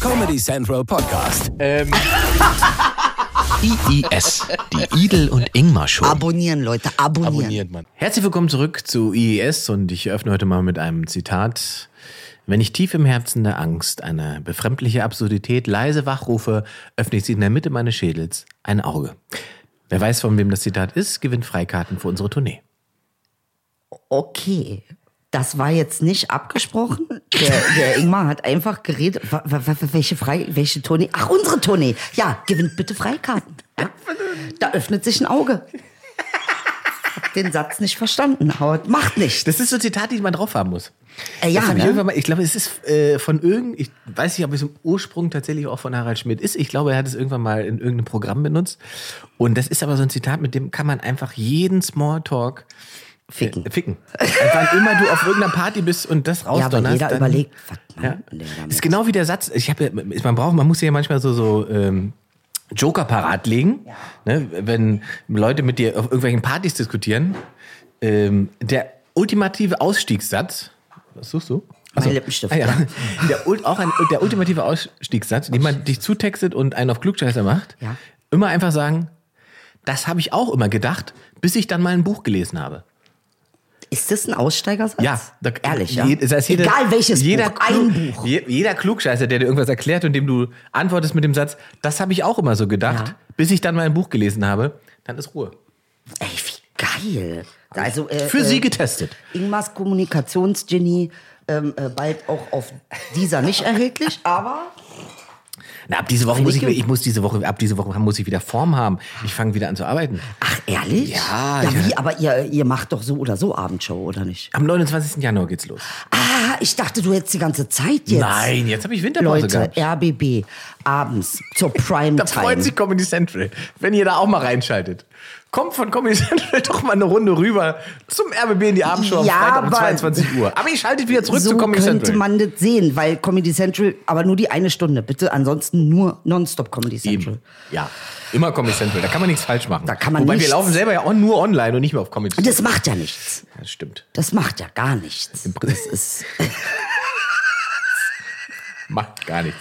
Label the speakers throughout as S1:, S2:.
S1: Comedy Central Podcast.
S2: Ähm,
S3: IIS, die Idel und Ingmar Show.
S4: Abonnieren, Leute, abonnieren.
S2: abonniert man.
S5: Herzlich willkommen zurück zu IES und ich eröffne heute mal mit einem Zitat. Wenn ich tief im Herzen der Angst eine befremdliche Absurdität leise wachrufe, öffnet sich in der Mitte meines Schädels ein Auge. Wer weiß, von wem das Zitat ist, gewinnt Freikarten für unsere Tournee.
S4: Okay. Das war jetzt nicht abgesprochen. Der, der Ingmar hat einfach geredet. Wa- wa- wa- Welche, Frei, welche Tournee? Ach, unsere Tournee. Ja, gewinnt bitte Freikarten. Ja. Da öffnet sich ein Auge. Hab den Satz nicht verstanden, aber macht nichts.
S5: Das ist so ein Zitat, die man drauf haben muss.
S4: Äh, ja,
S5: das hab ich,
S4: ne?
S5: irgendwann mal, ich glaube, es ist äh, von irgend, ich weiß nicht, ob es im Ursprung tatsächlich auch von Harald Schmidt ist. Ich glaube, er hat es irgendwann mal in irgendeinem Programm benutzt. Und das ist aber so ein Zitat, mit dem kann man einfach jeden Smalltalk
S4: Ficken.
S5: Äh, ficken. Und Wann immer du auf irgendeiner Party bist und das
S4: Ja, aber
S5: rausdonnerst.
S4: jeder
S5: dann-
S4: überlegt, was macht
S5: Ja.
S4: denn ne? der damit?
S5: Ist genau wie der Satz. Ich habe, ja, man braucht, man muss ja manchmal so so ähm, Joker parat legen, ne? wenn Leute mit dir auf irgendwelchen Partys diskutieren. Ähm, der ultimative Ausstiegssatz. Was suchst du? Achso.
S4: Mein Lippenstift,
S5: Ah, ja. der, ul- auch ein, der ultimative Ausstiegssatz, den man dich zutextet und einen auf Klugscheißer macht.
S4: Ja.
S5: Immer einfach sagen, das habe ich auch immer gedacht, bis ich dann mal ein Buch gelesen habe.
S4: Ist das ein Aussteigersatz?
S5: Ja, da,
S4: ehrlich, ja.
S5: je- das heißt, jeder,
S4: Egal welches
S5: jeder
S4: Buch, ein
S5: Klug-
S4: Buch.
S5: Je, jeder Klugscheißer, der dir irgendwas erklärt und dem du antwortest mit dem Satz, das habe ich auch immer so gedacht,
S4: Ja.
S5: bis ich dann mal ein Buch gelesen habe, dann ist Ruhe.
S4: Ey, wie geil. Also, äh,
S5: Für
S4: äh,
S5: Sie getestet.
S4: Ingmars Kommunikationsgenie, ähm, äh, bald auch auf dieser nicht erhältlich, aber
S5: Na, ab diese Woche muss ich,
S4: Religion.
S5: ich muss diese Woche, ab diese Woche muss ich wieder Form haben. Ich fange wieder an zu arbeiten.
S4: Ach, ehrlich?
S5: Ja,
S4: ja.
S5: ja.
S4: wie? Aber ihr, ihr macht doch so oder so Abendshow, oder nicht?
S5: Am 29. Januar geht's los.
S4: Ah, ich dachte, du hättest die ganze Zeit jetzt.
S5: Nein, jetzt habe ich Winterpause
S4: Leute,
S5: gehabt.
S4: RBB, abends zur
S5: Da freut
S4: Primetime.
S5: sich Comedy Central, wenn ihr da auch mal reinschaltet. Kommt von Comedy Central doch mal eine Runde rüber zum RBB in die Abendshow am
S4: Ja,
S5: Freitag um
S4: aber-
S5: 22 Uhr. Aber ich schaltet wieder zurück zu
S4: So
S5: Comedy
S4: könnte
S5: Central.
S4: man das sehen, weil Comedy Central, aber nur die eine Stunde, bitte. Ansonsten nur Nonstop Comedy Central.
S5: Eben. Ja, immer Comedy Central. Da kann man nichts falsch machen.
S4: Da kann man
S5: Wobei
S4: nichts-
S5: wir laufen selber ja on, nur online und nicht mehr auf Comedy
S4: Und
S5: Central.
S4: das macht ja nichts.
S5: Das stimmt.
S4: Das macht ja gar nichts. Das ist,
S5: Macht gar nichts.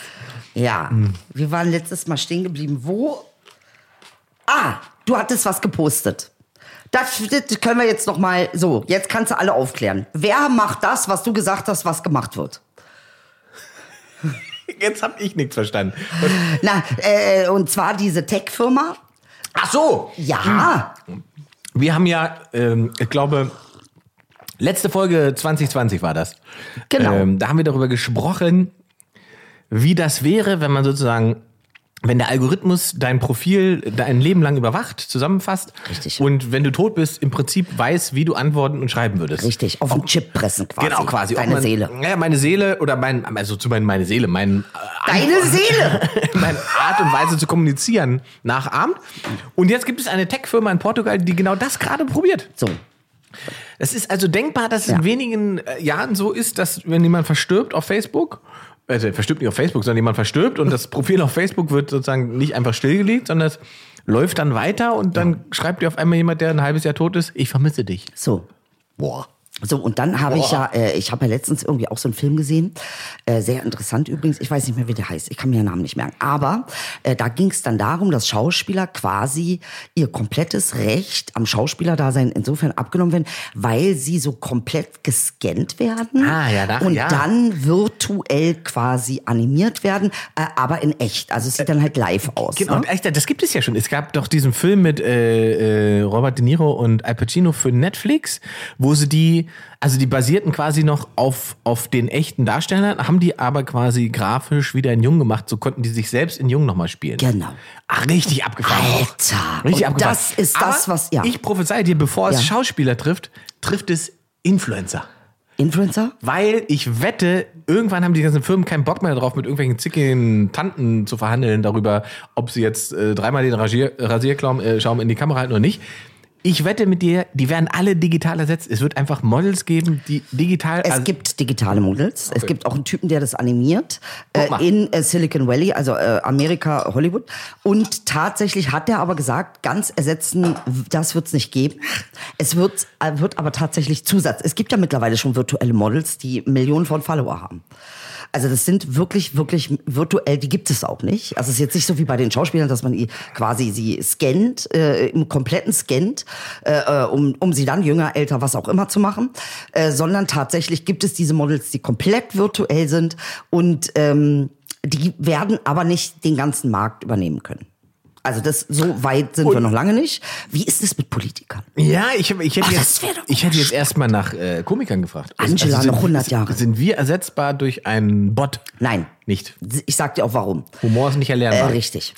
S4: ja.
S5: Hm.
S4: Wir waren letztes Mal stehen geblieben. Wo? Ah, du hattest was gepostet. Das, das können wir jetzt noch mal so. Jetzt kannst du alle aufklären. Wer macht das, was du gesagt hast, was gemacht wird?
S5: Jetzt habe ich nichts verstanden. Und,
S4: Na, äh, und zwar diese Tech-Firma.
S5: ach so,
S4: Ja,
S5: Hm. wir haben ja, ähm, ich glaube, letzte Folge 2020 war das.
S4: Genau.
S5: Ähm, da haben wir darüber gesprochen, wie das wäre, wenn man sozusagen, wenn der Algorithmus dein Profil dein Leben lang überwacht, zusammenfasst.
S4: Richtig.
S5: Und wenn du tot bist, im Prinzip weiß, wie du antworten und schreiben würdest.
S4: richtig. Auf den Chip pressen quasi.
S5: Genau, quasi. Ob
S4: Deine
S5: man,
S4: Seele.
S5: Ja, meine Seele oder mein, also zu meinen, meine Seele, mein, äh,
S4: Deine Seele.
S5: meine Art und Weise zu kommunizieren nachahmt. Und jetzt gibt es eine Tech-Firma in Portugal, die genau das gerade probiert.
S4: So,
S5: Es ist also denkbar, dass es
S4: Ja.
S5: in wenigen äh, Jahren so ist, dass wenn jemand verstirbt auf Facebook, also er verstirbt nicht auf Facebook, sondern jemand verstirbt und das Profil auf Facebook wird sozusagen nicht einfach stillgelegt, sondern es läuft dann weiter und dann schreibt dir auf einmal jemand, der ein halbes Jahr tot ist, ich vermisse dich.
S4: so.
S5: Boah.
S4: So, und dann habe ich ja, äh, ich habe ja letztens irgendwie auch so einen Film gesehen, äh, sehr interessant übrigens, ich weiß nicht mehr, wie der heißt, ich kann mir den Namen nicht merken, aber äh, da ging es dann darum, dass Schauspieler quasi ihr komplettes Recht am Schauspielerdasein insofern abgenommen werden, weil sie so komplett gescannt werden
S5: Ah, ja, da-
S4: und
S5: ja.
S4: dann virtuell quasi animiert werden, äh, aber in echt, also es sieht dann halt live aus.
S5: Äh, Genau,
S4: ne?
S5: und echt, das gibt es ja schon. Es gab doch diesen Film mit äh, äh, Robert De Niro und Al Pacino für Netflix, wo sie die, also die basierten quasi noch auf, auf den echten Darstellern, haben die aber quasi grafisch wieder in Jung gemacht, so konnten die sich selbst in Jung nochmal spielen.
S4: Genau.
S5: Ach, richtig abgefahren. auch.
S4: Alter,
S5: Richtig
S4: und
S5: abgefahren.
S4: das ist das,
S5: aber
S4: was- ja.
S5: Ich prophezei dir, bevor
S4: Ja.
S5: es Schauspieler trifft, trifft es Influencer.
S4: Influencer?
S5: Weil ich wette, irgendwann haben die ganzen Firmen keinen Bock mehr drauf, mit irgendwelchen zickigen Tanten zu verhandeln darüber, ob sie jetzt äh, dreimal den Rasier Rasierschaum äh, Schaum in die Kamera halten oder nicht. Ich wette mit dir, die werden alle digital ersetzt. Es wird einfach Models geben, die digital.
S4: Es
S5: also-
S4: gibt digitale Models. Es gibt auch einen Typen, der das animiert äh,
S5: Guck mal.
S4: in äh, Silicon Valley, also äh, Amerika, Hollywood. Und tatsächlich hat er aber gesagt, ganz ersetzen, w- das wird's nicht geben. Es wird, äh, wird aber tatsächlich Zusatz. Es gibt ja mittlerweile schon virtuelle Models, die Millionen von Follower haben. also das sind wirklich, wirklich virtuell, die gibt es auch nicht. Also es ist jetzt nicht so wie bei den Schauspielern, dass man i- quasi sie scannt, äh, im kompletten scannt, äh, äh, um, um sie dann jünger, älter, was auch immer zu machen, äh, sondern tatsächlich gibt es diese Models, die komplett virtuell sind und ähm, die werden aber nicht den ganzen Markt übernehmen können. Also das so weit sind wir noch lange nicht. Wie ist es mit Politikern?
S5: Ja, ich, ich hätte
S4: Ach, das
S5: jetzt,
S4: wär doch
S5: ich hätte jetzt erstmal nach äh, Komikern gefragt. also
S4: Angela,
S5: sind-
S4: noch 100 Jahre.
S5: Sind wir ersetzbar durch einen Bot?
S4: Nein.
S5: Nicht.
S4: Ich sag dir auch warum.
S5: Humor ist nicht
S4: Äh,
S5: erlernbar.
S4: richtig.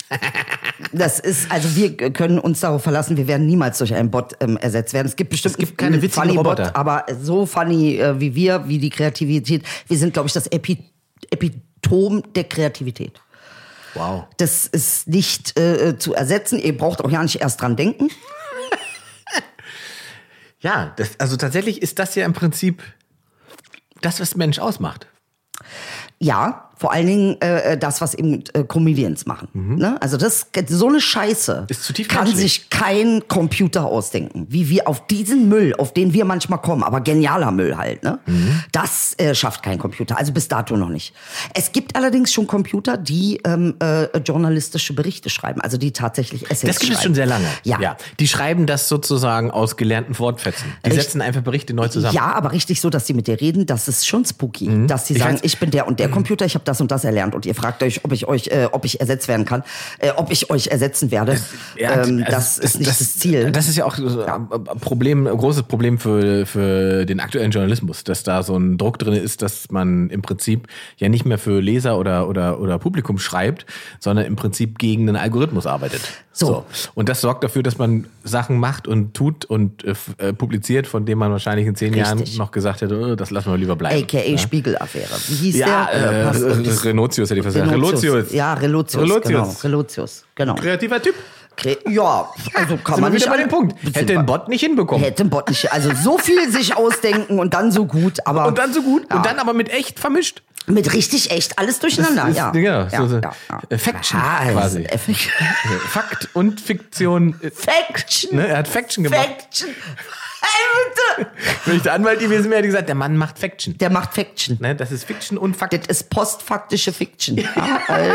S4: Das ist, also wir können uns darauf verlassen, wir werden niemals durch einen Bot ähm, ersetzt werden. Es gibt bestimmt es
S5: gibt keine witzigen
S4: funny
S5: Roboter.
S4: Bot, aber so funny äh, wie wir, wie die Kreativität. Wir sind, glaube ich, das Epi Epitom der Kreativität.
S5: wow.
S4: Das ist nicht äh, zu ersetzen. Ihr braucht auch ja nicht erst dran denken.
S5: Ja, das, also tatsächlich ist das ja im Prinzip das, was Mensch ausmacht.
S4: Ja, vor allen Dingen äh, das, was eben äh, Comedians machen. Ne? Also das so eine Scheiße
S5: Mhm. Ist zutiefst
S4: kann
S5: menschlich.
S4: sich kein Computer ausdenken, wie wir auf diesen Müll, auf den wir manchmal kommen, aber genialer Müll halt. Ne?
S5: Mhm.
S4: Das äh, schafft kein Computer, also bis dato noch nicht. Es gibt allerdings schon Computer, die ähm, äh, journalistische Berichte schreiben, also die tatsächlich Essays
S5: Das gibt es
S4: schreiben.
S5: schon sehr lange.
S4: Ja.
S5: Die schreiben das sozusagen aus gelernten Wortfetzen. Die
S4: Echt?
S5: setzen einfach Berichte neu zusammen. Mhm.
S4: Ja, aber richtig so, dass die mit dir reden, das ist schon spooky. Dass die
S5: Ich
S4: sagen,
S5: weiß- Mhm.
S4: ich bin der und der Computer, ich habe das und das erlernt und ihr fragt euch, ob ich euch, äh, ob ich ersetzt werden kann, äh, ob ich euch ersetzen werde.
S5: Ja,
S4: ähm,
S5: also
S4: das ist nicht das, Ziel.
S5: Das ist ja auch so ein Problem, ein großes Problem für, für den aktuellen Journalismus, dass da so ein Druck drin ist, dass man im Prinzip ja nicht mehr für Leser oder, oder, oder Publikum schreibt, sondern im Prinzip gegen einen Algorithmus arbeitet.
S4: So.
S5: Und das sorgt dafür, dass man Sachen macht und tut und äh, f- äh, publiziert, von dem man wahrscheinlich in zehn Jahren
S4: Richtig.
S5: noch gesagt hätte, oh, das lassen wir lieber bleiben.
S4: AKA Spiegelaffäre. Wie hieß
S5: ja,
S4: der? Oder
S5: äh,
S4: passt-
S5: Re- Re- Renotius hätte ich fast gesagt. Relotius.
S4: Ja, Relotius. Genau.
S5: Relotius.
S4: Relotius. Genau.
S5: Kreativer Typ.
S4: Kre ja, also kann
S5: Sind
S4: man
S5: wir
S4: nicht
S5: wieder bei
S4: alle-
S5: dem Punkt.
S4: Sind
S5: Hätte
S4: wir-
S5: den Bot nicht hinbekommen.
S4: Hätte ein Bot nicht. Also so viel sich ausdenken und dann so gut, aber
S5: Und dann so gut.
S4: Ja.
S5: Und dann aber mit echt vermischt.
S4: Mit richtig echt alles durcheinander,
S5: Das ist-
S4: ja.
S5: genau,
S4: ja,
S5: so- so
S4: ja, ja.
S5: Faction
S4: Ah, das
S5: quasi. Ne?
S4: ist Eff-
S5: Fakt und Fiktion. äh,
S4: Faction.
S5: Ne, er hat Faction gemacht.
S4: Faction. Hey, bitte.
S5: Wenn ich der Anwalt gewesen wäre, hätte ich gesagt, der Mann macht Faction.
S4: Der macht Faction.
S5: Ne, das ist Fiction und Fakt.
S4: Das ist postfaktische Fiction. Ja, äh,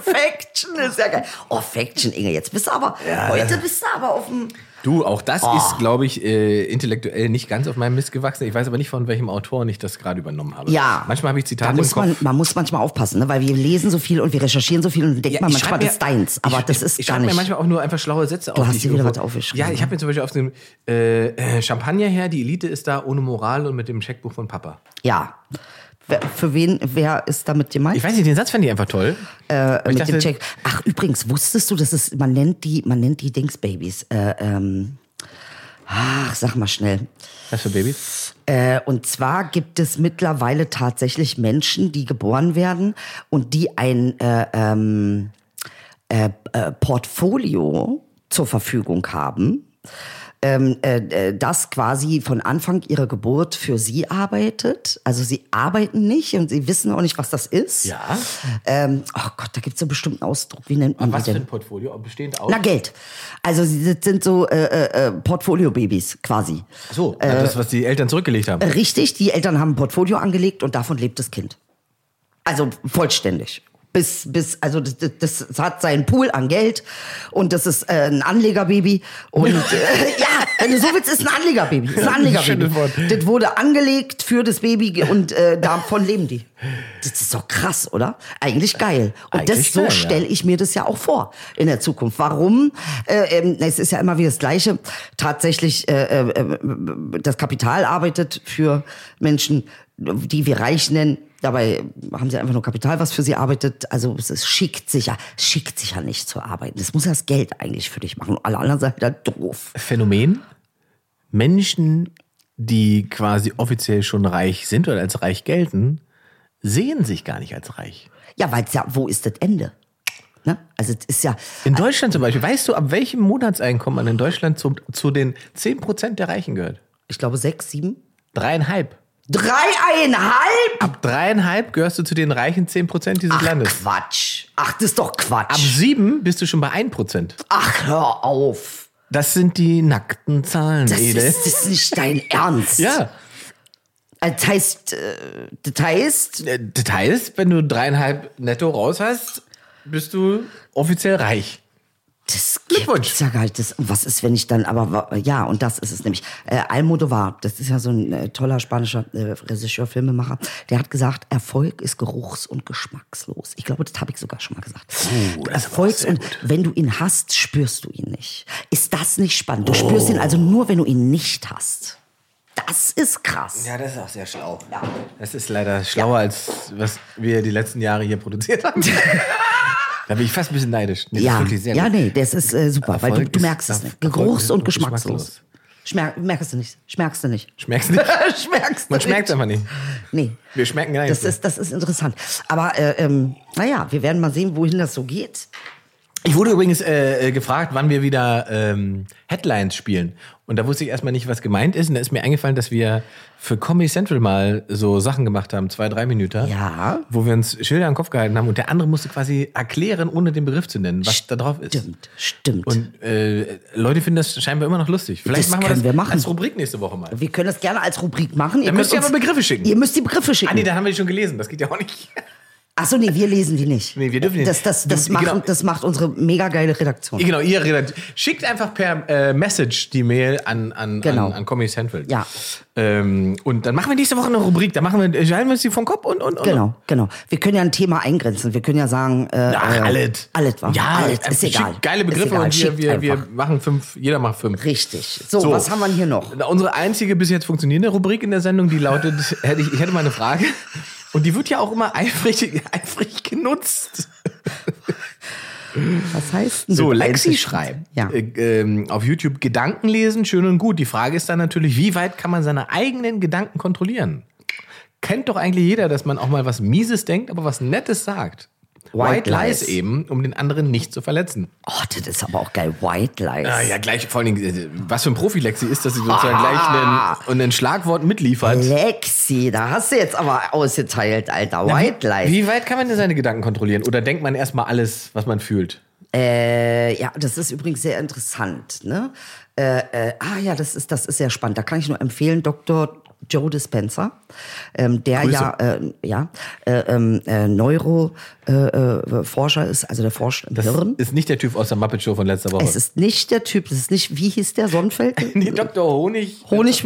S4: Faction ist ja geil. Oh, Faction, Inge, jetzt bist du aber, heute bist du aber auf dem,
S5: Du, auch das ist, glaube ich, äh, intellektuell nicht ganz auf meinem Mist gewachsen. Ich weiß aber nicht, von welchem Autor ich das gerade übernommen habe.
S4: ja.
S5: Manchmal habe ich
S4: da
S5: Zitate im
S4: muss
S5: Kopf.
S4: man, man muss manchmal aufpassen, ne? weil wir lesen so viel und wir recherchieren so viel und denkt
S5: Ja,
S4: man
S5: ich
S4: manchmal,
S5: schreib mir-
S4: das ist deins. Aber
S5: ich,
S4: das
S5: ich,
S4: ist
S5: ich
S4: gar
S5: schreib
S4: nicht.
S5: mir manchmal auch nur einfach schlaue Sätze auf. die
S4: hast dir
S5: ich
S4: wieder
S5: irgendwo-
S4: was aufgeschrieben, ne?
S5: Ja, ich habe mir zum Beispiel auf dem äh, äh, Champagner her, die Elite ist da ohne Moral und mit dem Scheckbuch von Papa.
S4: ja. Wer, für wen, wer ist damit gemeint?
S5: Ich weiß nicht, den Satz fand ich einfach toll. Weil ich
S4: Äh, mit dem
S5: dachte,
S4: Check. Ach, übrigens, wusstest du, dass es, man nennt die, man nennt die Dingsbabys, äh, ähm, ach, sag mal schnell.
S5: Was für Babys?
S4: Äh, und zwar gibt es mittlerweile tatsächlich Menschen, die geboren werden und die ein äh, ähm, äh, äh, Portfolio zur Verfügung haben, ähm, äh, äh, das quasi von Anfang ihrer Geburt für sie arbeitet. Also sie arbeiten nicht und sie wissen auch nicht, was das ist.
S5: Ja.
S4: Ähm, oh Gott, da gibt es so einen bestimmten Ausdruck. Wie nennt man die
S5: Was für
S4: denn?
S5: ein Portfolio? Bestehend aus?
S4: Na, Geld. Also sie sind- sind so äh, äh, äh, Portfolio-Babys quasi.
S5: so,
S4: äh,
S5: na, das, was die Eltern zurückgelegt haben.
S4: Richtig, die Eltern haben ein Portfolio angelegt und davon lebt das Kind. Also vollständig. Bis, bis, also das, das, das hat seinen Pool an Geld und das ist äh, ein Anlegerbaby. Und äh, ja, wenn du so willst, ist ein Anlegerbaby. Ist ein Anlegerbaby.
S5: Schönes Wort.
S4: Das wurde angelegt für das Baby und äh, davon leben die. Das ist doch krass, oder? Eigentlich geil. Und
S5: Eigentlich
S4: das so
S5: geil, ja.
S4: stelle ich mir das ja auch vor in der Zukunft. Warum? Äh, ähm, es ist ja immer wieder das Gleiche. Tatsächlich, äh, äh, äh, das Kapital arbeitet für Menschen, die wir reich nennen. Dabei haben sie einfach nur Kapital, was für sie arbeitet. Also es ist, schickt sich ja, es schickt sich ja nicht zu arbeiten. Das muss ja das Geld eigentlich für dich machen. Alle anderen sind ja doof.
S5: Phänomen. Menschen, die quasi offiziell schon reich sind oder als reich gelten, sehen sich gar nicht als reich.
S4: Ja, weil ja, wo ist das Ende? Ne? Also es ist ja,
S5: In Deutschland zum Beispiel, weißt du, ab welchem Monatseinkommen man in Deutschland zu, zu den 10% der Reichen gehört?
S4: ich glaube, sechs, sieben,
S5: Dreieinhalb.
S4: dreieinhalb.
S5: Ab dreieinhalb gehörst du zu den reichen 10% dieses
S4: Ach,
S5: Landes.
S4: Quatsch. Ach, das ist doch
S5: Ab
S4: Quatsch.
S5: sieben bist du schon bei 1%.
S4: Ach, hör auf.
S5: Das sind die nackten Zahlen,
S4: Das
S5: Edel.
S4: ist, das ist nicht dein Ernst.
S5: Ja.
S4: Äh, Das heißt, äh, das heißt,
S5: Äh, Das heißt, wenn du dreieinhalb netto raus hast, bist du offiziell reich.
S4: das
S5: Glückwunsch.
S4: gibt's ja gar nicht. Das, was ist, wenn ich dann aber, wa- ja, und das ist es nämlich. Äh, Almodovar, das ist ja so ein äh, toller spanischer äh, Regisseur, Filmemacher, der hat gesagt, Erfolg ist geruchs- und geschmackslos. Ich glaube, das habe ich sogar schon mal
S5: Oh,
S4: gesagt.
S5: das ist aber auch
S4: Erfolgs-
S5: sehr
S4: und
S5: gut.
S4: wenn du ihn hast, spürst du ihn nicht. Ist das nicht spannend?
S5: Oh.
S4: Du spürst ihn also nur, wenn du ihn nicht hast. Das ist krass.
S5: Ja, das ist auch sehr schlau. Das ist leider schlauer, als was wir die letzten Jahre hier produziert haben. da bin ich fast ein bisschen neidisch. Nee, das ist
S4: Ja,
S5: wirklich sehr
S4: ja,
S5: gut.
S4: nee, das ist äh, super, weil du,
S5: Erfolg
S4: du
S5: ist-
S4: merkst es nicht.
S5: Erfolg
S4: Geruchs-
S5: ist
S4: und
S5: nur
S4: geschmackslos. Schmer merkst du nicht, schmerkst du nicht.
S5: Schmeckst nicht?
S4: schmerkst du
S5: Man
S4: nicht.
S5: schmeckt einfach nicht.
S4: Nee.
S5: Wir schmecken gar
S4: Das
S5: nicht.
S4: ist, das ist interessant. Aber äh, ähm, naja, wir werden mal sehen, wohin das so geht.
S5: Ich wurde übrigens äh, äh, gefragt, wann wir wieder ähm, Headlines spielen. Und da wusste ich erstmal nicht, was gemeint ist. Und da ist mir eingefallen, dass wir für Comedy Central mal so Sachen gemacht haben, zwei, drei Minuten.
S4: Ja.
S5: Wo wir uns Schilder im Kopf gehalten haben und der andere musste quasi erklären, ohne den Begriff zu nennen, was da drauf ist.
S4: Stimmt, stimmt.
S5: Und äh, Leute finden das scheinbar immer noch lustig. Vielleicht
S4: Das
S5: machen wir
S4: können
S5: das
S4: wir machen.
S5: als Rubrik nächste Woche mal.
S4: wir können das gerne als Rubrik machen. Ihr
S5: Dann müsst ihr
S4: könnt
S5: aber Begriffe schicken.
S4: Ihr müsst die
S5: Ah,
S4: Begriffe
S5: nee,
S4: schicken.
S5: dann haben wir die schon gelesen. Das geht ja auch nicht.
S4: Achso, nee, wir lesen die nicht.
S5: Nee, wir dürfen die
S4: das,
S5: nicht.
S4: das, das,
S5: Du-
S4: machen,
S5: genau.
S4: das macht unsere mega geile Redaktion.
S5: genau, ihr redet. Schickt einfach per äh, Message die Mail an, an,
S4: Genau.
S5: an, an Comedy Central.
S4: Ja.
S5: Ähm, und dann machen wir nächste Woche eine Rubrik. Dann machen wir, äh, schneiden wir uns die vom Kopf und. und, und
S4: Genau, genau. Wir können ja ein Thema eingrenzen. Wir können ja sagen, äh,
S5: Ach,
S4: äh,
S5: alles.
S4: alles, wa?
S5: Ja,
S4: alles.
S5: äh,
S4: Ist
S5: schickt
S4: egal.
S5: Geile
S4: Ist
S5: Begriffe
S4: egal.
S5: und wir,
S4: Schickt
S5: wir, wir
S4: einfach.
S5: machen fünf, jeder macht fünf. Äh,
S4: Richtig. So, was haben wir denn hier noch?
S5: Unsere einzige bis jetzt funktionierende Rubrik in der Sendung, die lautet, hätte ich, ich hätte mal eine Frage. Und die wird ja auch immer eifrig, eifrig genutzt.
S4: Was heißt denn
S5: So,
S4: das?
S5: Lexi
S4: Einzig-
S5: schreiben.
S4: Ja.
S5: Äh, ähm, auf YouTube Gedanken lesen, schön und gut. Die Frage ist dann natürlich, wie weit kann man seine eigenen Gedanken kontrollieren? Kennt doch eigentlich jeder, dass man auch mal was Mieses denkt, aber was Nettes sagt. White,
S4: White
S5: lies.
S4: lies.
S5: eben, um den anderen nicht zu verletzen.
S4: Oh, das ist aber auch geil. White Lies.
S5: Ah, ja, gleich, vor allen Dingen, äh, was für ein Profi Lexi ist, dass sie sozusagen gleich einen, und ein Schlagwort mitliefert.
S4: Lexi, da hast du jetzt aber ausgeteilt, Alter. White Lies.
S5: Wie weit kann man denn seine Gedanken kontrollieren? Oder denkt man erstmal alles, was man fühlt?
S4: Äh, ja, das ist übrigens sehr interessant. Ne? Äh, äh, ah ja, das ist, das ist sehr spannend. Da kann ich nur empfehlen, Dr. Joe Dispenza, ähm, der
S5: Grüße.
S4: ja, äh, ja äh, ähm, äh, Neuroforscher äh, Forscher ist, also der forscht im
S5: Das
S4: Hirn.
S5: ist nicht der Typ aus der Muppet Show von letzter Woche.
S4: Es ist nicht der Typ, das ist nicht, wie hieß der, Sonnenfeld?
S5: nee, Dr. Honig.
S4: Honig-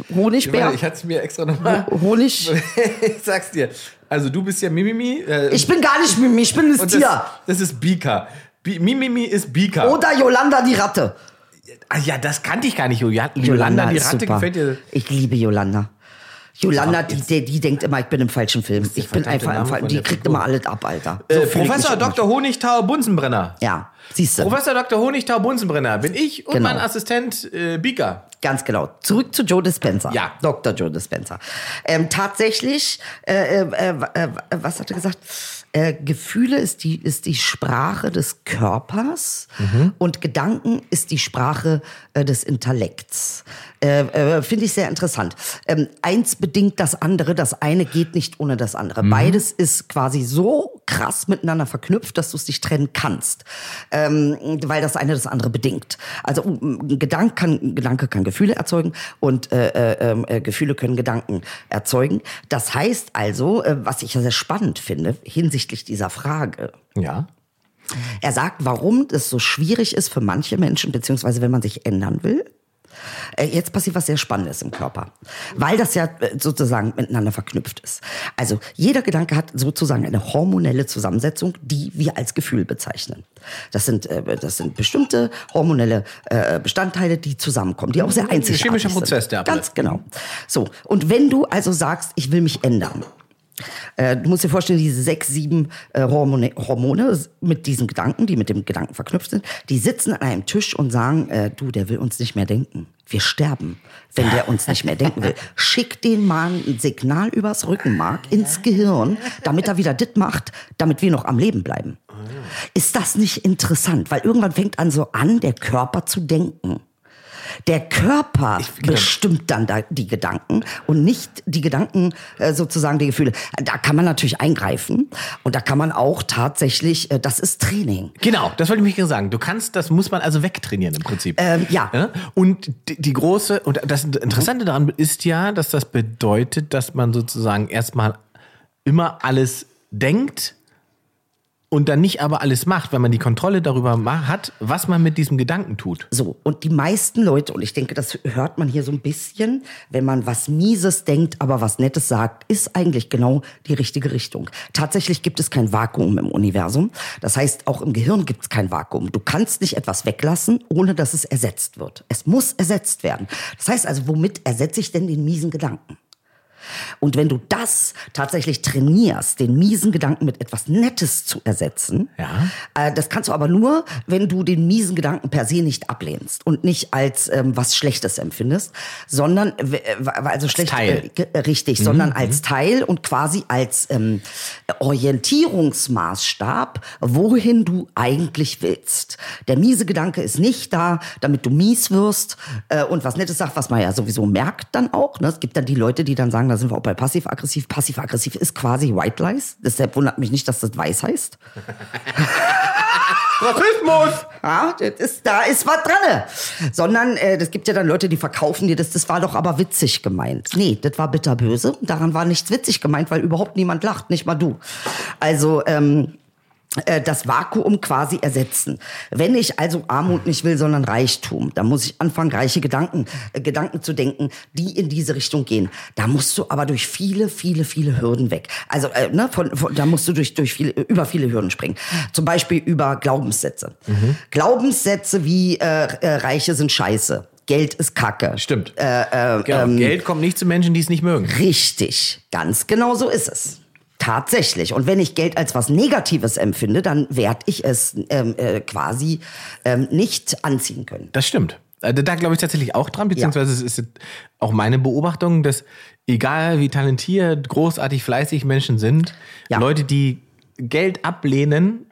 S5: Ich,
S4: Honigbär?
S5: meine, ich hatte es mir extra nochmal.
S4: Oh. Honig?
S5: ich sag's dir. Also du bist ja Mimimi. Äh,
S4: Ich bin gar nicht Mimi, ich bin das
S5: und
S4: Tier.
S5: das, das ist Bika. Bi Mimimi ist Bika.
S4: Oder Yolanda die Ratte.
S5: ah, ja, das kannte ich gar nicht. Jolanda, Jolanda die
S4: ist
S5: Ratte gefällt dir.
S4: Ich liebe Yolanda. Yolanda,
S5: Ja,
S4: die,
S5: jetzt-
S4: die, die denkt immer, ich bin im falschen Film.
S5: der
S4: Ich bin
S5: verdammte
S4: einfach im
S5: Name
S4: falschen
S5: von
S4: Die
S5: der
S4: kriegt
S5: Figur.
S4: immer alles ab, Alter. So
S5: Äh,
S4: fühle ich
S5: Professor
S4: mich immer.
S5: Dr. Honigtau Bunsenbrenner.
S4: Ja, siehst du.
S5: Professor Dr. Honigtau Bunsenbrenner bin ich und
S4: Genau.
S5: mein Assistent äh, Bika.
S4: Ganz genau. Zurück zu Joe Dispenza.
S5: Ja.
S4: Dr. Joe Dispenza. Ähm, tatsächlich, äh, äh, äh, äh, was hat er gesagt? Äh, Gefühle ist die, ist die Sprache des Körpers
S5: Mhm.
S4: und Gedanken ist die Sprache äh, des Intellekts. Äh, äh, Finde ich sehr interessant. Ähm, eins bedingt das andere, das eine geht nicht ohne das andere. Beides ist quasi so krass miteinander verknüpft, dass du es nicht trennen kannst, ähm, weil das eine das andere bedingt. Also ein Gedanke kann, ein Gedanke kann Gefühle erzeugen und äh, äh, ähm, äh, Gefühle können Gedanken erzeugen. Das heißt also, äh, was ich ja sehr spannend finde hinsichtlich dieser Frage,
S5: Ja.
S4: er sagt, warum das so schwierig ist für manche Menschen, beziehungsweise wenn man sich ändern will. Äh, Jetzt passiert was sehr Spannendes im Körper, weil das ja äh, sozusagen miteinander verknüpft ist. Also jeder Gedanke hat sozusagen eine hormonelle Zusammensetzung, die wir als Gefühl bezeichnen. Das sind, äh, das sind bestimmte hormonelle äh, Bestandteile, die zusammenkommen, die auch sehr einzigartig sind.
S5: chemischer Prozess, der
S4: Ganz genau. So, und wenn du also sagst, ich will mich ändern, äh, du musst dir vorstellen, diese sechs, sieben äh, Hormone, Hormone mit diesen Gedanken, die mit dem Gedanken verknüpft sind, die sitzen an einem Tisch und sagen, äh, du, der will uns nicht mehr denken. Wir sterben, wenn der uns nicht mehr denken will. Schick den mal ein Signal übers Rückenmark ins Gehirn, damit er wieder dit macht, damit wir noch am Leben bleiben. Ist das nicht interessant? Weil irgendwann fängt an so an, der Körper zu denken. Der Körper bestimmt dann da die Gedanken und nicht die Gedanken äh, sozusagen die Gefühle. Da kann man natürlich eingreifen und da kann man auch tatsächlich, äh, das ist Training.
S5: Genau, das wollte ich mich gerade sagen. Du kannst, das muss man also wegtrainieren im Prinzip.
S4: Ähm, ja.
S5: Und die, die große, und das Interessante daran ist ja, dass das bedeutet, dass man sozusagen erstmal immer alles denkt und dann nicht aber alles macht, weil man die Kontrolle darüber ma- hat, was man mit diesem Gedanken tut.
S4: So, und die meisten Leute, und ich denke, das hört man hier so ein bisschen, wenn man was Mieses denkt, aber was Nettes sagt, ist eigentlich genau die richtige Richtung. Tatsächlich gibt es kein Vakuum im Universum. Das heißt, auch im Gehirn gibt es kein Vakuum. Du kannst nicht etwas weglassen, ohne dass es ersetzt wird. Es muss ersetzt werden. Das heißt also, womit ersetze ich denn den miesen Gedanken? Und wenn du das tatsächlich trainierst, den miesen Gedanken mit etwas Nettes zu ersetzen,
S5: Ja.
S4: äh, das kannst du aber nur, wenn du den miesen Gedanken per se nicht ablehnst und nicht als ähm, was Schlechtes empfindest, sondern w- äh, also schlecht
S5: Teil.
S4: äh, ge- äh, richtig, sondern als Teil und quasi als ähm, Orientierungsmaßstab, wohin du eigentlich willst. Der miese Gedanke ist nicht da, damit du mies wirst äh, und was Nettes sagt, was man ja sowieso merkt dann auch. Ne? Es gibt dann die Leute, die dann sagen, da sind wir auch bei passiv-aggressiv. Passiv-aggressiv ist quasi White Lies. Deshalb wundert mich nicht, dass das weiß heißt.
S5: Rassismus!
S4: Ja, das ist, da ist was dran. Sondern äh, das gibt ja dann Leute, die verkaufen dir das. Das war doch aber witzig gemeint. Nee, das war bitterböse. Und Daran war nichts witzig gemeint, weil überhaupt niemand lacht, nicht mal du. Also ähm, äh, das Vakuum quasi ersetzen. Wenn ich also Armut nicht will, sondern Reichtum, dann muss ich anfangen, reiche Gedanken, äh, Gedanken zu denken, die in diese Richtung gehen. Da musst du aber durch viele, viele, viele Hürden weg. Also äh, ne, von, von, da musst du durch, durch viele, äh, über viele Hürden springen. Zum Beispiel über Glaubenssätze. Glaubenssätze wie äh, äh, Reiche sind Scheiße, Geld ist Kacke.
S5: Stimmt.
S4: Äh,
S5: genau.
S4: ähm,
S5: Geld kommt nicht zu Menschen, die es nicht mögen.
S4: Richtig, ganz genau so ist es. Tatsächlich. Und wenn ich Geld als was Negatives empfinde, dann werde ich es ähm, äh, quasi ähm, nicht anziehen können.
S5: Das stimmt. Also da glaube ich tatsächlich auch dran, beziehungsweise es ist auch meine Beobachtung, dass egal wie talentiert, großartig, fleißig Menschen sind,
S4: Ja.
S5: Leute, die Geld ablehnen,